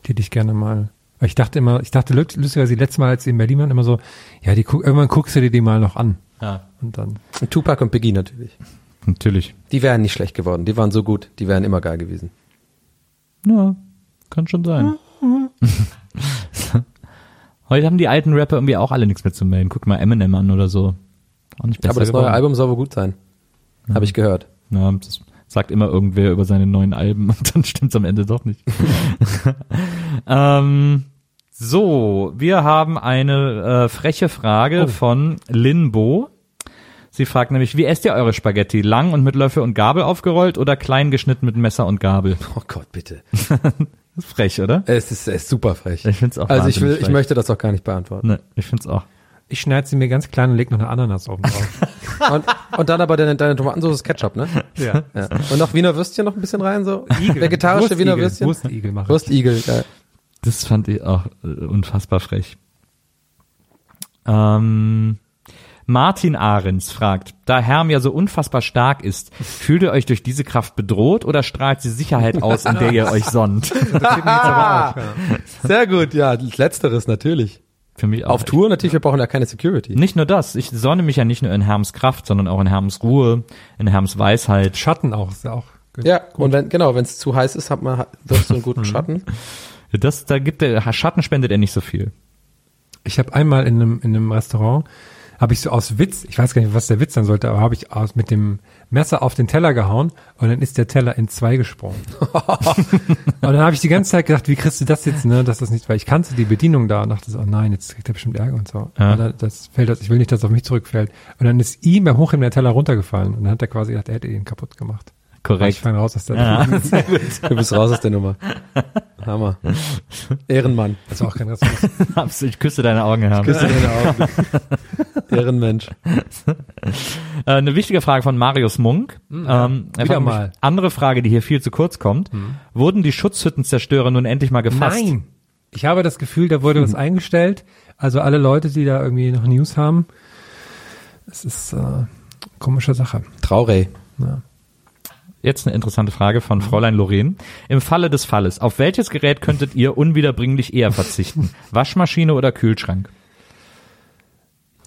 Speaker 4: Die hätte ich gerne mal. Weil ich dachte immer, ich dachte lü- lustigerweise, die letzte Mal, als sie in Berlin waren, immer so, ja, die, guck- irgendwann guckst du dir die mal noch an.
Speaker 3: Ja,
Speaker 4: Und dann,
Speaker 2: Und Tupac und Biggie natürlich.
Speaker 3: natürlich.
Speaker 2: Die wären nicht schlecht geworden. Die waren so gut. Die wären immer geil gewesen.
Speaker 3: Ja, kann schon sein. <laughs> Heute haben die alten Rapper irgendwie auch alle nichts mehr zu melden. Guck mal Eminem an oder so. Auch nicht besser
Speaker 2: Aber das neue
Speaker 3: geworden. Mhm.
Speaker 2: Album soll wohl gut sein. Habe ich gehört.
Speaker 3: Ja, das sagt immer irgendwer über seine neuen Alben <laughs> und dann stimmt's am Ende
Speaker 2: <laughs>
Speaker 3: doch nicht. ähm, so, wir haben eine äh, freche
Speaker 2: Oh.
Speaker 3: Frage von Linbo. Sie fragt nämlich, wie esst ihr eure Spaghetti? Lang und mit Löffel und Gabel aufgerollt oder klein geschnitten mit Messer und
Speaker 2: <laughs>
Speaker 3: Gabel?
Speaker 2: Oh Gott, bitte.
Speaker 3: Das ist frech, oder?
Speaker 2: Es ist, es ist super frech.
Speaker 3: Ich find's auch
Speaker 2: Also ich, will,
Speaker 3: wahnsinnig
Speaker 2: ich
Speaker 3: frech.
Speaker 2: möchte das auch gar nicht beantworten.
Speaker 3: Ne, ich find's auch.
Speaker 4: ich schneide sie mir ganz klein und leg noch eine Ananas oben
Speaker 3: <laughs>
Speaker 4: drauf.
Speaker 2: Und, und dann aber deine, deine Tomatensauce ist Ketchup, ne?
Speaker 4: ja.
Speaker 2: Ja. Und noch Wiener Würstchen noch ein bisschen rein, so? Vegetarische
Speaker 4: Wurstigel,
Speaker 2: Wiener Würstchen?
Speaker 4: Wurstigel mache ich.
Speaker 2: Wurstigel,
Speaker 3: <laughs>
Speaker 2: geil.
Speaker 3: Das fand ich auch äh, unfassbar frech. Ähm, Martin Ahrens fragt, da Herm ja so unfassbar stark
Speaker 2: <laughs>
Speaker 3: ist, fühlt ihr euch durch diese Kraft bedroht oder strahlt sie Sicherheit aus, in der ihr euch
Speaker 2: <laughs>
Speaker 3: sonnt?
Speaker 2: Sehr gut, ja. Letzteres natürlich.
Speaker 3: Für mich auch.
Speaker 2: Auf Tour natürlich, wir brauchen ja keine Security.
Speaker 3: Nicht nur das, ich sonne mich ja nicht nur in Herms Kraft, sondern auch in Herms Ruhe, in Herms Weisheit.
Speaker 4: Schatten auch, ist ja auch gut.
Speaker 2: Ja, und wenn, genau, wenn es zu heiß ist, hat man hat- sonst so einen guten Schatten.
Speaker 3: Das, da gibt der Schatten spendet er nicht so viel. <laughs>
Speaker 4: Ich habe einmal in einem, in einem Restaurant, habe ich so aus Witz, ich weiß gar nicht, was der Witz sein sollte, aber habe ich aus, mit dem Messer auf den Teller gehauen und dann ist der Teller in
Speaker 3: <laughs>
Speaker 4: zwei gesprungen. und dann habe ich die ganze Zeit gedacht, wie kriegst du das jetzt, ne, dass das nicht, weil ich kannte die Bedienung da und dachte so, oh nein, jetzt kriegt er bestimmt Ärger und so.
Speaker 3: Ja.
Speaker 4: Und dann, das fällt, das, ich will nicht, dass es auf mich zurückfällt. Und dann ist ihm beim Hochheben der Teller runtergefallen und dann hat er quasi gedacht, er hätte ihn kaputt gemacht. Ich
Speaker 3: Korrekt.
Speaker 4: fang raus, dass der <laughs>
Speaker 3: Ja, sehr gut.
Speaker 2: <laughs> Du bist raus aus der Nummer. Hammer. <laughs> Ehrenmann.
Speaker 4: das war auch
Speaker 3: <laughs>
Speaker 4: kein Restaurant.
Speaker 3: Absolut. Ich küsse deine Augen, Herm.
Speaker 2: Küsse deine Augen. Ehrenmensch.
Speaker 3: Äh, eine wichtige Frage von Marius Munk. ähm, er
Speaker 4: Hm, Wieder
Speaker 3: fragt mich-
Speaker 4: mal. Hm.
Speaker 3: Andere Frage, die hier viel zu kurz kommt. Wurden die Schutzhüttenzerstörer nun endlich mal gefasst?
Speaker 4: Nein. Ich habe das Gefühl, da
Speaker 2: Mhm.
Speaker 4: wurde was eingestellt. Also alle Leute, die da irgendwie noch News haben, es ist äh, komische Sache.
Speaker 2: Traurig.
Speaker 4: Ja.
Speaker 3: Jetzt eine interessante Frage von
Speaker 4: Hm.
Speaker 3: Fräulein Lorraine. Im Falle des Falles, auf welches Gerät könntet ihr unwiederbringlich eher
Speaker 4: <laughs>
Speaker 3: verzichten? Waschmaschine oder Kühlschrank?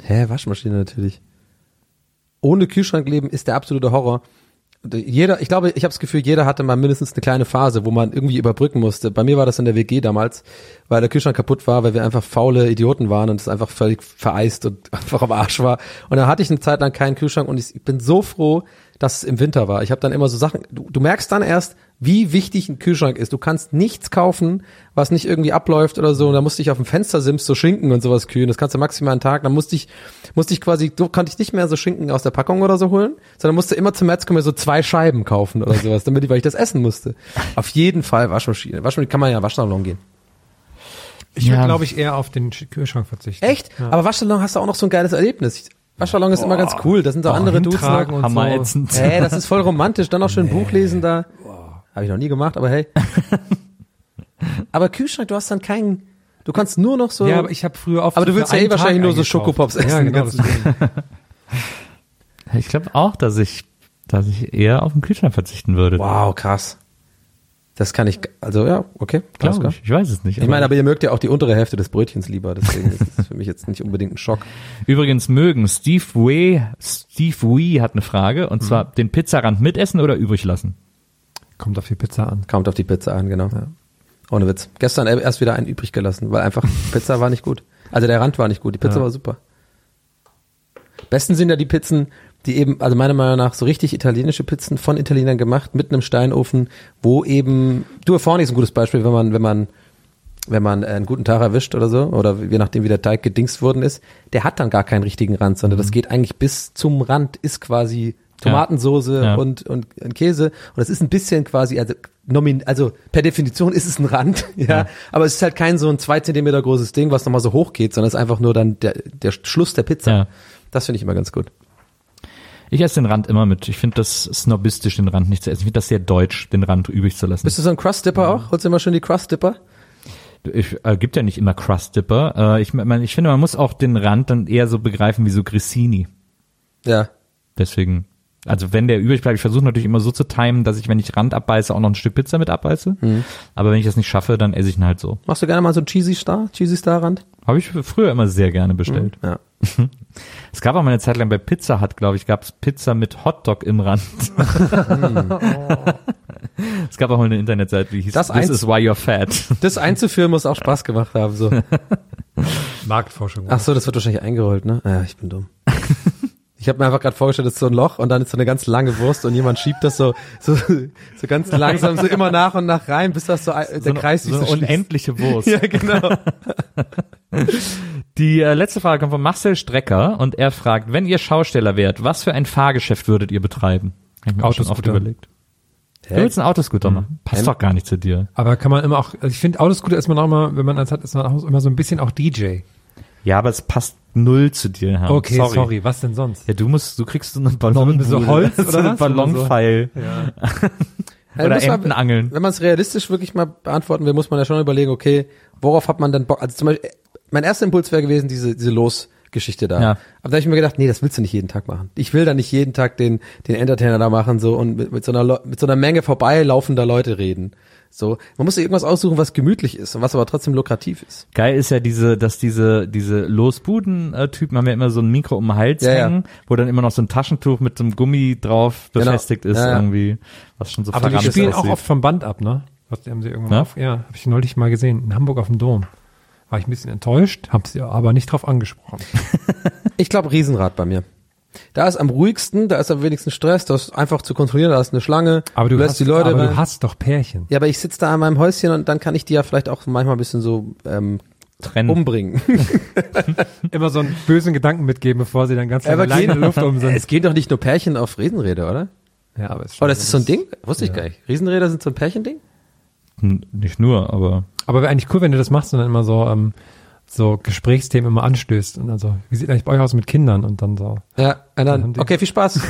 Speaker 2: Hä, Waschmaschine natürlich. Ohne Kühlschrank leben ist der absolute Horror. äh, Jeder, ich glaube, ich habe das Gefühl, jeder hatte mal mindestens eine kleine Phase, wo man irgendwie überbrücken musste. Bei mir war das in der WG damals, weil der Kühlschrank kaputt war, weil wir einfach faule Idioten waren und es einfach völlig vereist und <laughs> einfach am Arsch war. Und dann hatte ich eine Zeit lang keinen Kühlschrank und ich, ich bin so froh, dass es im Winter war. Ich habe dann immer so Sachen, du, du merkst dann erst, wie wichtig ein Kühlschrank ist. Du kannst nichts kaufen, was nicht irgendwie abläuft oder so. Und da musste ich auf dem Fenstersims so Schinken und sowas kühlen. Das kannst du maximal einen Tag. Dann musste ich, musste ich quasi, so konnte ich nicht mehr so Schinken aus der Packung oder so holen, sondern musste immer zum Metzger mir so zwei Scheiben kaufen oder sowas, damit ich, weil ich das essen musste. Auf jeden Fall Waschmaschine. Waschmaschine kann man ja in den Waschsalon gehen.
Speaker 4: Ich würde,
Speaker 3: Ja.
Speaker 4: glaube ich, eher auf den Sch- Kühlschrank verzichten.
Speaker 2: Echt? Aber Waschsalon hast du auch noch so ein geiles Erlebnis. Waschsalon ist immer ganz cool. Da sind so andere Dudes. noch.
Speaker 4: hintragen und so.
Speaker 3: Hammerätzend.
Speaker 2: Hey, das ist voll romantisch. Dann auch schön Buch lesen da. Habe ich noch nie gemacht, aber
Speaker 4: <laughs>
Speaker 2: hey. aber Kühlschrank, du hast dann keinen. Du kannst nur noch so.
Speaker 4: Ja, aber ich habe früher oft.
Speaker 2: Aber du willst
Speaker 4: für
Speaker 2: ja eh
Speaker 4: einen Tag
Speaker 2: wahrscheinlich nur so
Speaker 4: eingekauft.
Speaker 2: Schokopops essen,
Speaker 4: Ja, genau.
Speaker 2: ganz-
Speaker 4: deswegen.
Speaker 3: <laughs> Ich glaube auch, dass ich, dass ich eher auf den Kühlschrank verzichten würde.
Speaker 2: Wow, krass. Das kann ich. Also ja, okay, klar.
Speaker 3: Glaube ich. Ich weiß es nicht.
Speaker 2: Ich meine, aber ihr mögt ja auch die untere Hälfte des Brötchens lieber, deswegen ist es für mich jetzt nicht unbedingt ein Schock.
Speaker 3: Übrigens mögen Steve Wee, Steve Wee hat eine Frage,
Speaker 4: Hm.
Speaker 3: und zwar den Pizzarand mitessen oder übrig lassen?
Speaker 4: Kommt auf die Pizza an.
Speaker 2: Kommt auf die Pizza an, genau. Ohne Witz. Gestern erst wieder einen übrig gelassen, weil
Speaker 3: <laughs>
Speaker 2: einfach Pizza war nicht gut. Also der Rand war nicht gut, die Pizza war super. Besten sind ja die Pizzen, die eben, also meiner Meinung nach, so richtig italienische Pizzen von Italienern gemacht, mit einem Steinofen, wo eben, du vorne ist ein gutes Beispiel, wenn man, wenn man, wenn man äh, einen guten Tag erwischt oder so, oder je nachdem, wie der Teig gedingst worden ist, der hat dann gar keinen richtigen Rand, sondern das geht eigentlich bis zum Rand, ist quasi Tomatensoße
Speaker 3: Mhm. Ja.
Speaker 2: Und, und, und Käse. Und das ist ein bisschen quasi, also, nomin, also per Definition ist es ein Rand, <laughs> ja, aber es ist halt kein so ein zwei Zentimeter großes Ding, was nochmal so hoch geht, sondern es ist einfach nur dann der, der Schluss der Pizza.
Speaker 3: Ja.
Speaker 2: Das finde ich immer ganz gut.
Speaker 3: Ich esse den Rand immer mit. Ich finde das snobistisch, den Rand nicht zu essen. Ich finde das sehr deutsch, den Rand übrig zu lassen.
Speaker 2: Bist du so ein Crust-Dipper auch? Holst du immer schön die Crust-Dipper?
Speaker 3: Ich, äh, gibt ja nicht immer Crust Dipper. Äh, ich, mein, ich finde, man muss auch den Rand dann eher so begreifen wie so Grissini.
Speaker 2: Ja.
Speaker 3: Deswegen Also wenn der übrig bleibt, ich versuche natürlich immer so zu timen, dass ich, wenn ich Rand abbeiße, auch noch ein Stück Pizza mit abbeiße.
Speaker 2: Mhm.
Speaker 3: Aber wenn ich das nicht schaffe, dann esse ich ihn halt so.
Speaker 2: Machst du gerne mal so einen Cheesy Star, Cheesy Star Rand?
Speaker 3: Habe ich früher immer sehr gerne bestellt.
Speaker 2: Ja.
Speaker 3: Es gab auch mal eine Zeit lang bei Pizza Hut, glaube ich, gab es Pizza mit Hotdog
Speaker 2: <laughs>
Speaker 3: im Rand. es gab auch mal eine Internetseite, die
Speaker 2: Hm.
Speaker 3: hieß
Speaker 2: Das
Speaker 3: This
Speaker 2: eins-
Speaker 3: is why you're fat.
Speaker 2: Das einzuführen muss auch Spaß gemacht haben, so.
Speaker 4: Marktforschung.
Speaker 2: Ach so, das wird wahrscheinlich eingerollt, ne? Ja, ich bin <laughs> dumm. Ich habe mir einfach gerade vorgestellt, das ist so ein Loch und dann ist so eine ganz lange Wurst und jemand schiebt das so so, so ganz langsam so immer nach und nach rein, bis das so, ein- der
Speaker 3: eine-
Speaker 2: Kreis sich
Speaker 3: so eine
Speaker 2: so schließt.
Speaker 3: unendliche <laughs>
Speaker 2: <laughs>
Speaker 3: Wurst.
Speaker 2: Ja, genau.
Speaker 3: Die äh, letzte Frage kommt von Marcel Strecker und er fragt, wenn ihr Schausteller wärt, was für ein Fahrgeschäft würdet ihr betreiben? Hab ich mir auch schon oft
Speaker 4: Autoscooter.
Speaker 3: überlegt. Du willst einen Autoscooter machen? Passt doch gar nicht zu dir.
Speaker 4: Aber kann man immer auch, also ich finde Autoscooter ist man auch immer, wenn man eins hat, ist man auch immer so ein bisschen auch DJ.
Speaker 3: Ja, aber es passt null zu dir, Herr.
Speaker 4: Okay, sorry, was denn sonst?
Speaker 3: Ja, du musst, du kriegst so einen Ballon,
Speaker 4: So
Speaker 3: <laughs>
Speaker 4: Holz oder was?
Speaker 3: Ballonpfeil <laughs>
Speaker 2: Also
Speaker 3: oder
Speaker 2: muss man-
Speaker 3: Entenangeln.
Speaker 2: Wenn man es realistisch wirklich mal beantworten will, muss man ja schon überlegen, okay, worauf hat man denn Bock? Also zum Beispiel, äh, mein erster Impuls wäre gewesen, diese, diese Losgeschichte da.
Speaker 3: Ja.
Speaker 2: Aber da habe ich mir gedacht, nee, das willst du nicht jeden Tag machen. Ich will da nicht jeden Tag den, den Entertainer da machen so und mit, mit, so einer, Leu- mit so einer Menge vorbeilaufender Leute reden. So, man muss sich irgendwas aussuchen, was gemütlich ist und was aber trotzdem lukrativ ist.
Speaker 3: Geil ist ja diese, dass diese, diese Losbuden-Typen haben ja immer so ein Mikro um den Hals
Speaker 2: Ja, ja.
Speaker 3: hängen, wo dann immer noch so ein Taschentuch mit so einem Gummi drauf
Speaker 2: Genau.
Speaker 3: befestigt ist
Speaker 2: Ja, ja.
Speaker 3: irgendwie, was schon so
Speaker 4: Aber die
Speaker 3: verrannt
Speaker 4: spielen auch
Speaker 3: aussieht.
Speaker 4: oft vom Band ab, ne? Was die haben sie irgendwann
Speaker 3: Ja?
Speaker 4: auf, ja, habe ich neulich mal gesehen, in Hamburg auf dem Dom. War ich ein bisschen enttäuscht, habe sie aber nicht drauf angesprochen.
Speaker 2: Ich glaube Riesenrad bei mir. Da ist am ruhigsten, da ist am wenigsten Stress, das ist einfach zu kontrollieren, da ist eine Schlange,
Speaker 4: Aber du,
Speaker 2: lässt
Speaker 4: hast,
Speaker 2: die Leute
Speaker 4: aber
Speaker 2: rein.
Speaker 4: du hast doch Pärchen.
Speaker 2: Ja, aber ich sitze da an meinem Häuschen und dann kann ich die ja vielleicht auch manchmal ein bisschen so ähm,
Speaker 4: um
Speaker 2: <laughs>
Speaker 3: trennen.
Speaker 2: umbringen.
Speaker 4: Immer so einen bösen Gedanken mitgeben, bevor sie dann ganz
Speaker 2: Aber
Speaker 4: alleine in der
Speaker 2: Hm? gehen-
Speaker 4: Luft
Speaker 2: <laughs>
Speaker 4: um sind.
Speaker 2: Es gehen doch nicht nur Pärchen auf Riesenräder, oder?
Speaker 4: Ja, aber es
Speaker 2: Oh, das ist so ein Ding? Wusste ich gar nicht. Riesenräder sind so ein Pärchending?
Speaker 3: N- Hm, Nicht nur, aber
Speaker 4: Aber wäre eigentlich cool, wenn du das machst und dann immer so, ähm, so Gesprächsthemen immer anstößt und dann so, wie sieht eigentlich bei euch aus mit Kindern und dann so.
Speaker 2: Ja, und
Speaker 4: haben
Speaker 2: dann,
Speaker 4: die-
Speaker 2: okay, viel Spaß.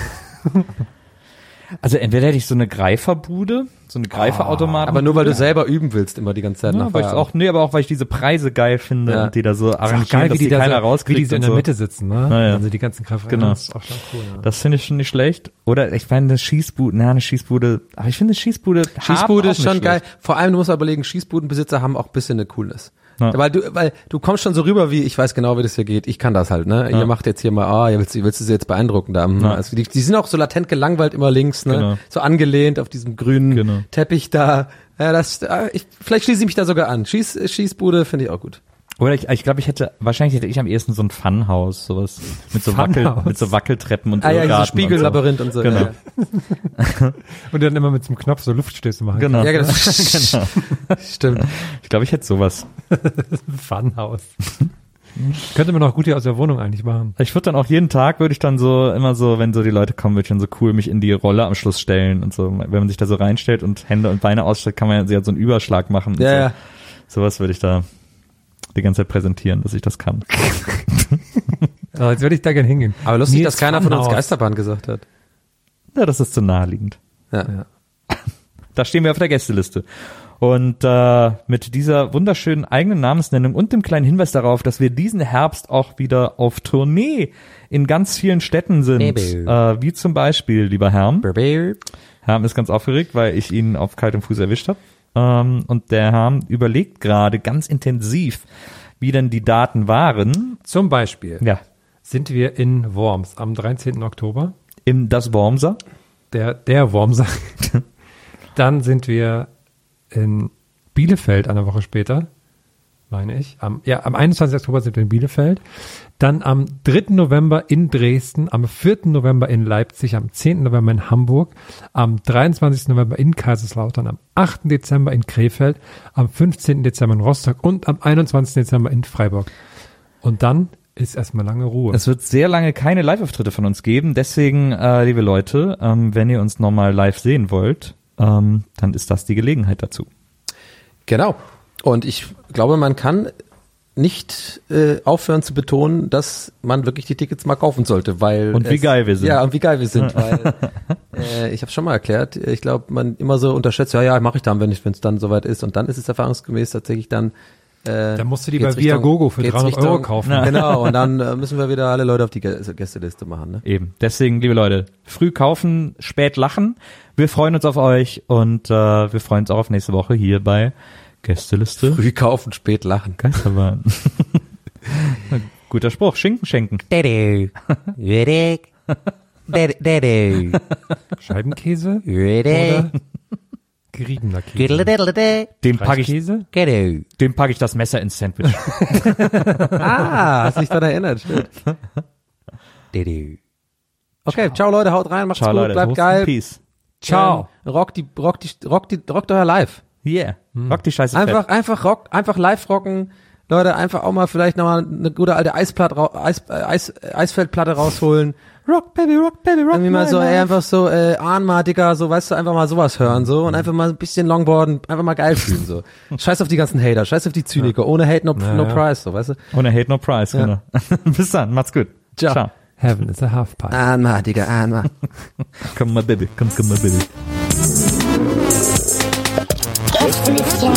Speaker 3: Also entweder hätte ich so eine Greiferbude, so eine Greiferautomaten.
Speaker 2: Aber nur weil du selber üben willst, immer die ganze Zeit
Speaker 3: ja,
Speaker 2: nach
Speaker 3: weil ich
Speaker 2: Feierabend.
Speaker 3: auch, nee, aber auch weil ich diese Preise geil finde
Speaker 2: Ja.
Speaker 3: und die da so arrangieren, dass die, keiner
Speaker 4: so, wie
Speaker 3: rauskriegt.
Speaker 4: die so in
Speaker 3: und
Speaker 4: der Mitte sitzen, ne?
Speaker 3: Ja, ja.
Speaker 4: Also die ganzen Kraft.
Speaker 3: Genau.
Speaker 4: Das ist auch schon cool, ja.
Speaker 3: Das finde ich schon nicht schlecht. Oder ich meine, eine Schießbude, na, eine Schießbude, aber ich finde eine Schießbude. haben
Speaker 2: Schießbude
Speaker 3: auch
Speaker 2: ist
Speaker 3: nicht
Speaker 2: schon
Speaker 3: schlecht.
Speaker 2: geil. Vor allem, du musst überlegen, Schießbudenbesitzer haben auch ein bisschen eine Coolness.
Speaker 3: Ja.
Speaker 2: Weil du, weil du kommst schon so rüber wie, ich weiß genau, wie das hier geht, ich kann das halt, ne? Ihr macht jetzt hier mal, ah, ja, willst, du- willst du sie jetzt beeindrucken da? hm.
Speaker 3: Ja.
Speaker 2: Also die, die sind auch so latent gelangweilt immer links, ne?
Speaker 3: Genau.
Speaker 2: So angelehnt auf diesem grünen
Speaker 3: Genau.
Speaker 2: Teppich da. Ja, das, ah, ich, vielleicht schließe ich mich da sogar an. Schieß, Schießbude finde ich auch gut.
Speaker 3: Oder ich, ich glaube, ich hätte, wahrscheinlich hätte ich am ehesten so ein Funhaus, sowas. Mit so, Wackel,
Speaker 4: Funhaus?
Speaker 3: mit so Wackeltreppen und
Speaker 2: Ah ja, dieses
Speaker 3: Irrgarten und so.
Speaker 2: Spiegellabyrinth und so.
Speaker 3: Genau.
Speaker 2: Ja,
Speaker 4: Und dann immer mit so einem Knopf so Luftstöße machen.
Speaker 3: Genau.
Speaker 2: ja. ja genau.
Speaker 3: <laughs>
Speaker 2: Stimmt.
Speaker 3: Ich glaube, ich hätte sowas.
Speaker 4: Funhaus. <laughs> Könnte man auch gut hier aus der Wohnung eigentlich machen.
Speaker 3: Ich würde dann auch jeden Tag, würde ich dann so immer so, wenn so die Leute kommen, würde ich dann so cool mich in die Rolle am Schluss stellen und so. Wenn man sich da so reinstellt und Hände und Beine ausstreckt, kann man ja so einen Überschlag machen. und
Speaker 2: Ja,
Speaker 3: so.
Speaker 2: ja.
Speaker 3: Sowas würde ich da die ganze Zeit präsentieren, dass ich das kann.
Speaker 4: Also jetzt würde ich da gerne hingehen.
Speaker 2: Aber lustig,
Speaker 4: Nils
Speaker 2: dass keiner von uns
Speaker 4: Funhaus.
Speaker 2: Geisterbahn gesagt hat.
Speaker 3: Ja, das ist zu naheliegend.
Speaker 2: Ja.
Speaker 3: Da stehen wir auf der Gästeliste. Und äh, mit dieser wunderschönen eigenen Namensnennung und dem kleinen Hinweis darauf, dass wir diesen Herbst auch wieder auf Tournee in ganz vielen Städten sind.
Speaker 2: Baby.
Speaker 3: Äh, wie zum Beispiel, lieber Herm.
Speaker 2: Burberry.
Speaker 3: Herm ist ganz aufgeregt, weil ich ihn auf kaltem Fuß erwischt habe. Ähm, und der Herm überlegt gerade ganz intensiv, wie denn die Daten waren.
Speaker 4: Zum Beispiel
Speaker 3: Ja,
Speaker 4: sind wir in Worms am 13. Oktober.
Speaker 3: im Das Wormser.
Speaker 4: Der, der
Speaker 2: <laughs>
Speaker 4: Worm sagt. Dann sind wir in Bielefeld eine Woche später, meine ich. Am, ja, am 21. Oktober sind wir in Bielefeld. Dann am 3. November in Dresden, am 4. November in Leipzig, am 10. November in Hamburg, am 23. November in Kaiserslautern, am 8. Dezember in Krefeld, am 15. Dezember in Rostock und am 21. Dezember in Freiburg. Und dann ist erstmal lange Ruhe.
Speaker 2: Äh,
Speaker 3: Es wird sehr lange keine Live-Auftritte von uns geben. Deswegen, äh, liebe Leute, ähm, wenn ihr uns nochmal live sehen wollt, ähm, dann ist das die Gelegenheit dazu.
Speaker 2: Genau. Und ich glaube, man kann nicht äh, aufhören zu betonen, dass man wirklich die Tickets mal kaufen sollte, weil
Speaker 3: Und wie geil wir sind.
Speaker 2: Ja, und wie geil wir sind, weil äh, ich habe schon mal erklärt, äh, ich glaube, man immer so unterschätzt, ja, ja, mache ich dann, wenn ich wenn es dann soweit ist und dann ist es erfahrungsgemäß tatsächlich dann Äh,
Speaker 4: Dann musst du die
Speaker 2: geht's
Speaker 4: bei Viagogo für
Speaker 2: geht's
Speaker 4: 300 Euro kaufen.
Speaker 2: Na. <laughs> Genau, und dann äh, müssen wir wieder alle Leute auf die Gä- also Gästeliste machen. Ne?
Speaker 3: Eben. Deswegen, liebe Leute, früh kaufen, spät lachen. Wir freuen uns auf euch und äh, wir freuen uns auch auf nächste Woche hier bei Gästeliste.
Speaker 2: Früh kaufen, spät
Speaker 3: <laughs>
Speaker 2: lachen. <laughs>
Speaker 3: Geisterbahn. Guter Spruch. Schinken schenken.
Speaker 5: Dedo. Riddick. Dedo. Dedo.
Speaker 4: Scheibenkäse
Speaker 5: Riddick.
Speaker 4: oder geriebener Käse?
Speaker 5: Diddle-diddle-diddle.
Speaker 3: Dem packe ich,
Speaker 4: Käse?
Speaker 5: Ghetto.
Speaker 3: dem pack ich das Messer ins Sandwich.
Speaker 2: Ah, hast dich daran erinnert, stimmt.
Speaker 5: Dedo.
Speaker 2: Okay, ciao, Leute, haut rein, macht's
Speaker 3: Ciao,
Speaker 2: gut,
Speaker 3: Leute.
Speaker 2: bleibt
Speaker 3: Prost
Speaker 2: geil.
Speaker 3: und Peace.
Speaker 4: Ciao.
Speaker 2: Ähm, rock die, rock die, rock die, rockt euer Live.
Speaker 3: Yeah. Rock die Scheiße
Speaker 2: Hm. Einfach,
Speaker 3: fett.
Speaker 2: einfach rock, einfach live rocken. Leute, einfach auch mal vielleicht nochmal eine gute alte Eisplatte, rau- Eis, äh, Eis, äh, Eisfeldplatte rausholen.
Speaker 3: Rock, Baby, Rock, Baby, Rock.
Speaker 2: Irgendwie mal so, ey,
Speaker 3: my
Speaker 2: einfach so, äh, ahn mal, Dicker, so, weißt du, einfach mal sowas hören, so, und einfach mal ein bisschen Longboarden, einfach mal geil fühlen,
Speaker 4: <laughs>
Speaker 2: so. Scheiß auf die ganzen Hater, scheiß auf die Zyniker, ohne Hate, no, no
Speaker 4: ja.
Speaker 2: price, so, weißt du.
Speaker 3: life. Ohne Hate, no Price. Genau. <laughs> Bis dann. Macht's gut.
Speaker 2: Ciao.
Speaker 4: Heaven is a half pipe.
Speaker 2: Ahn mal, Digga, ahn mal.
Speaker 3: Komm mal, Baby. Komm, komm mal, Baby.
Speaker 1: Gästelistchen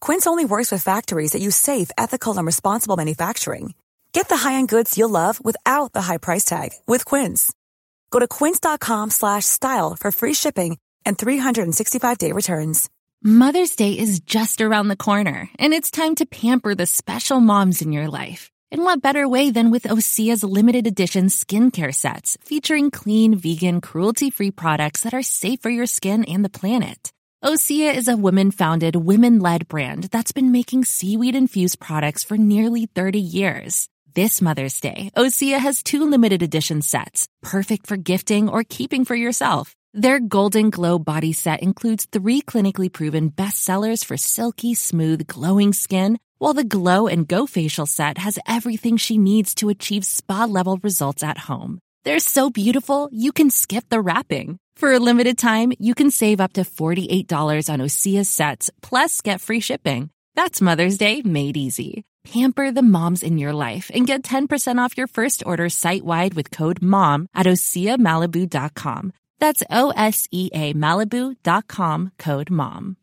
Speaker 6: Quince only works with factories that use safe, ethical, and responsible manufacturing. Get the high-end goods you'll love without the high price tag with Quince. Go to quince.com slash style for free shipping and 365-day returns.
Speaker 7: Mother's Day is just around the corner, and it's time to pamper the special moms in your life. And what better way than with Osea's limited edition skincare sets featuring clean, vegan, cruelty free products that are safe for your skin and the planet? Osea is a women founded, women led brand that's been making seaweed infused products for nearly 30 years. This Mother's Day, Osea has two limited edition sets, perfect for gifting or keeping for yourself. Their Golden Glow body set includes three clinically proven bestsellers for silky, smooth, glowing skin, while the Glow and Go facial set has everything she needs to achieve spa level results at home. They're so beautiful, you can skip the wrapping. For a limited time, you can save up to $48 on Osea sets, plus get free shipping. That's Mother's Day made easy. Pamper the moms in your life and get 10% off your first order site wide with code MOM at OseaMalibu.com. That's O S E A Malibu.com code MOM.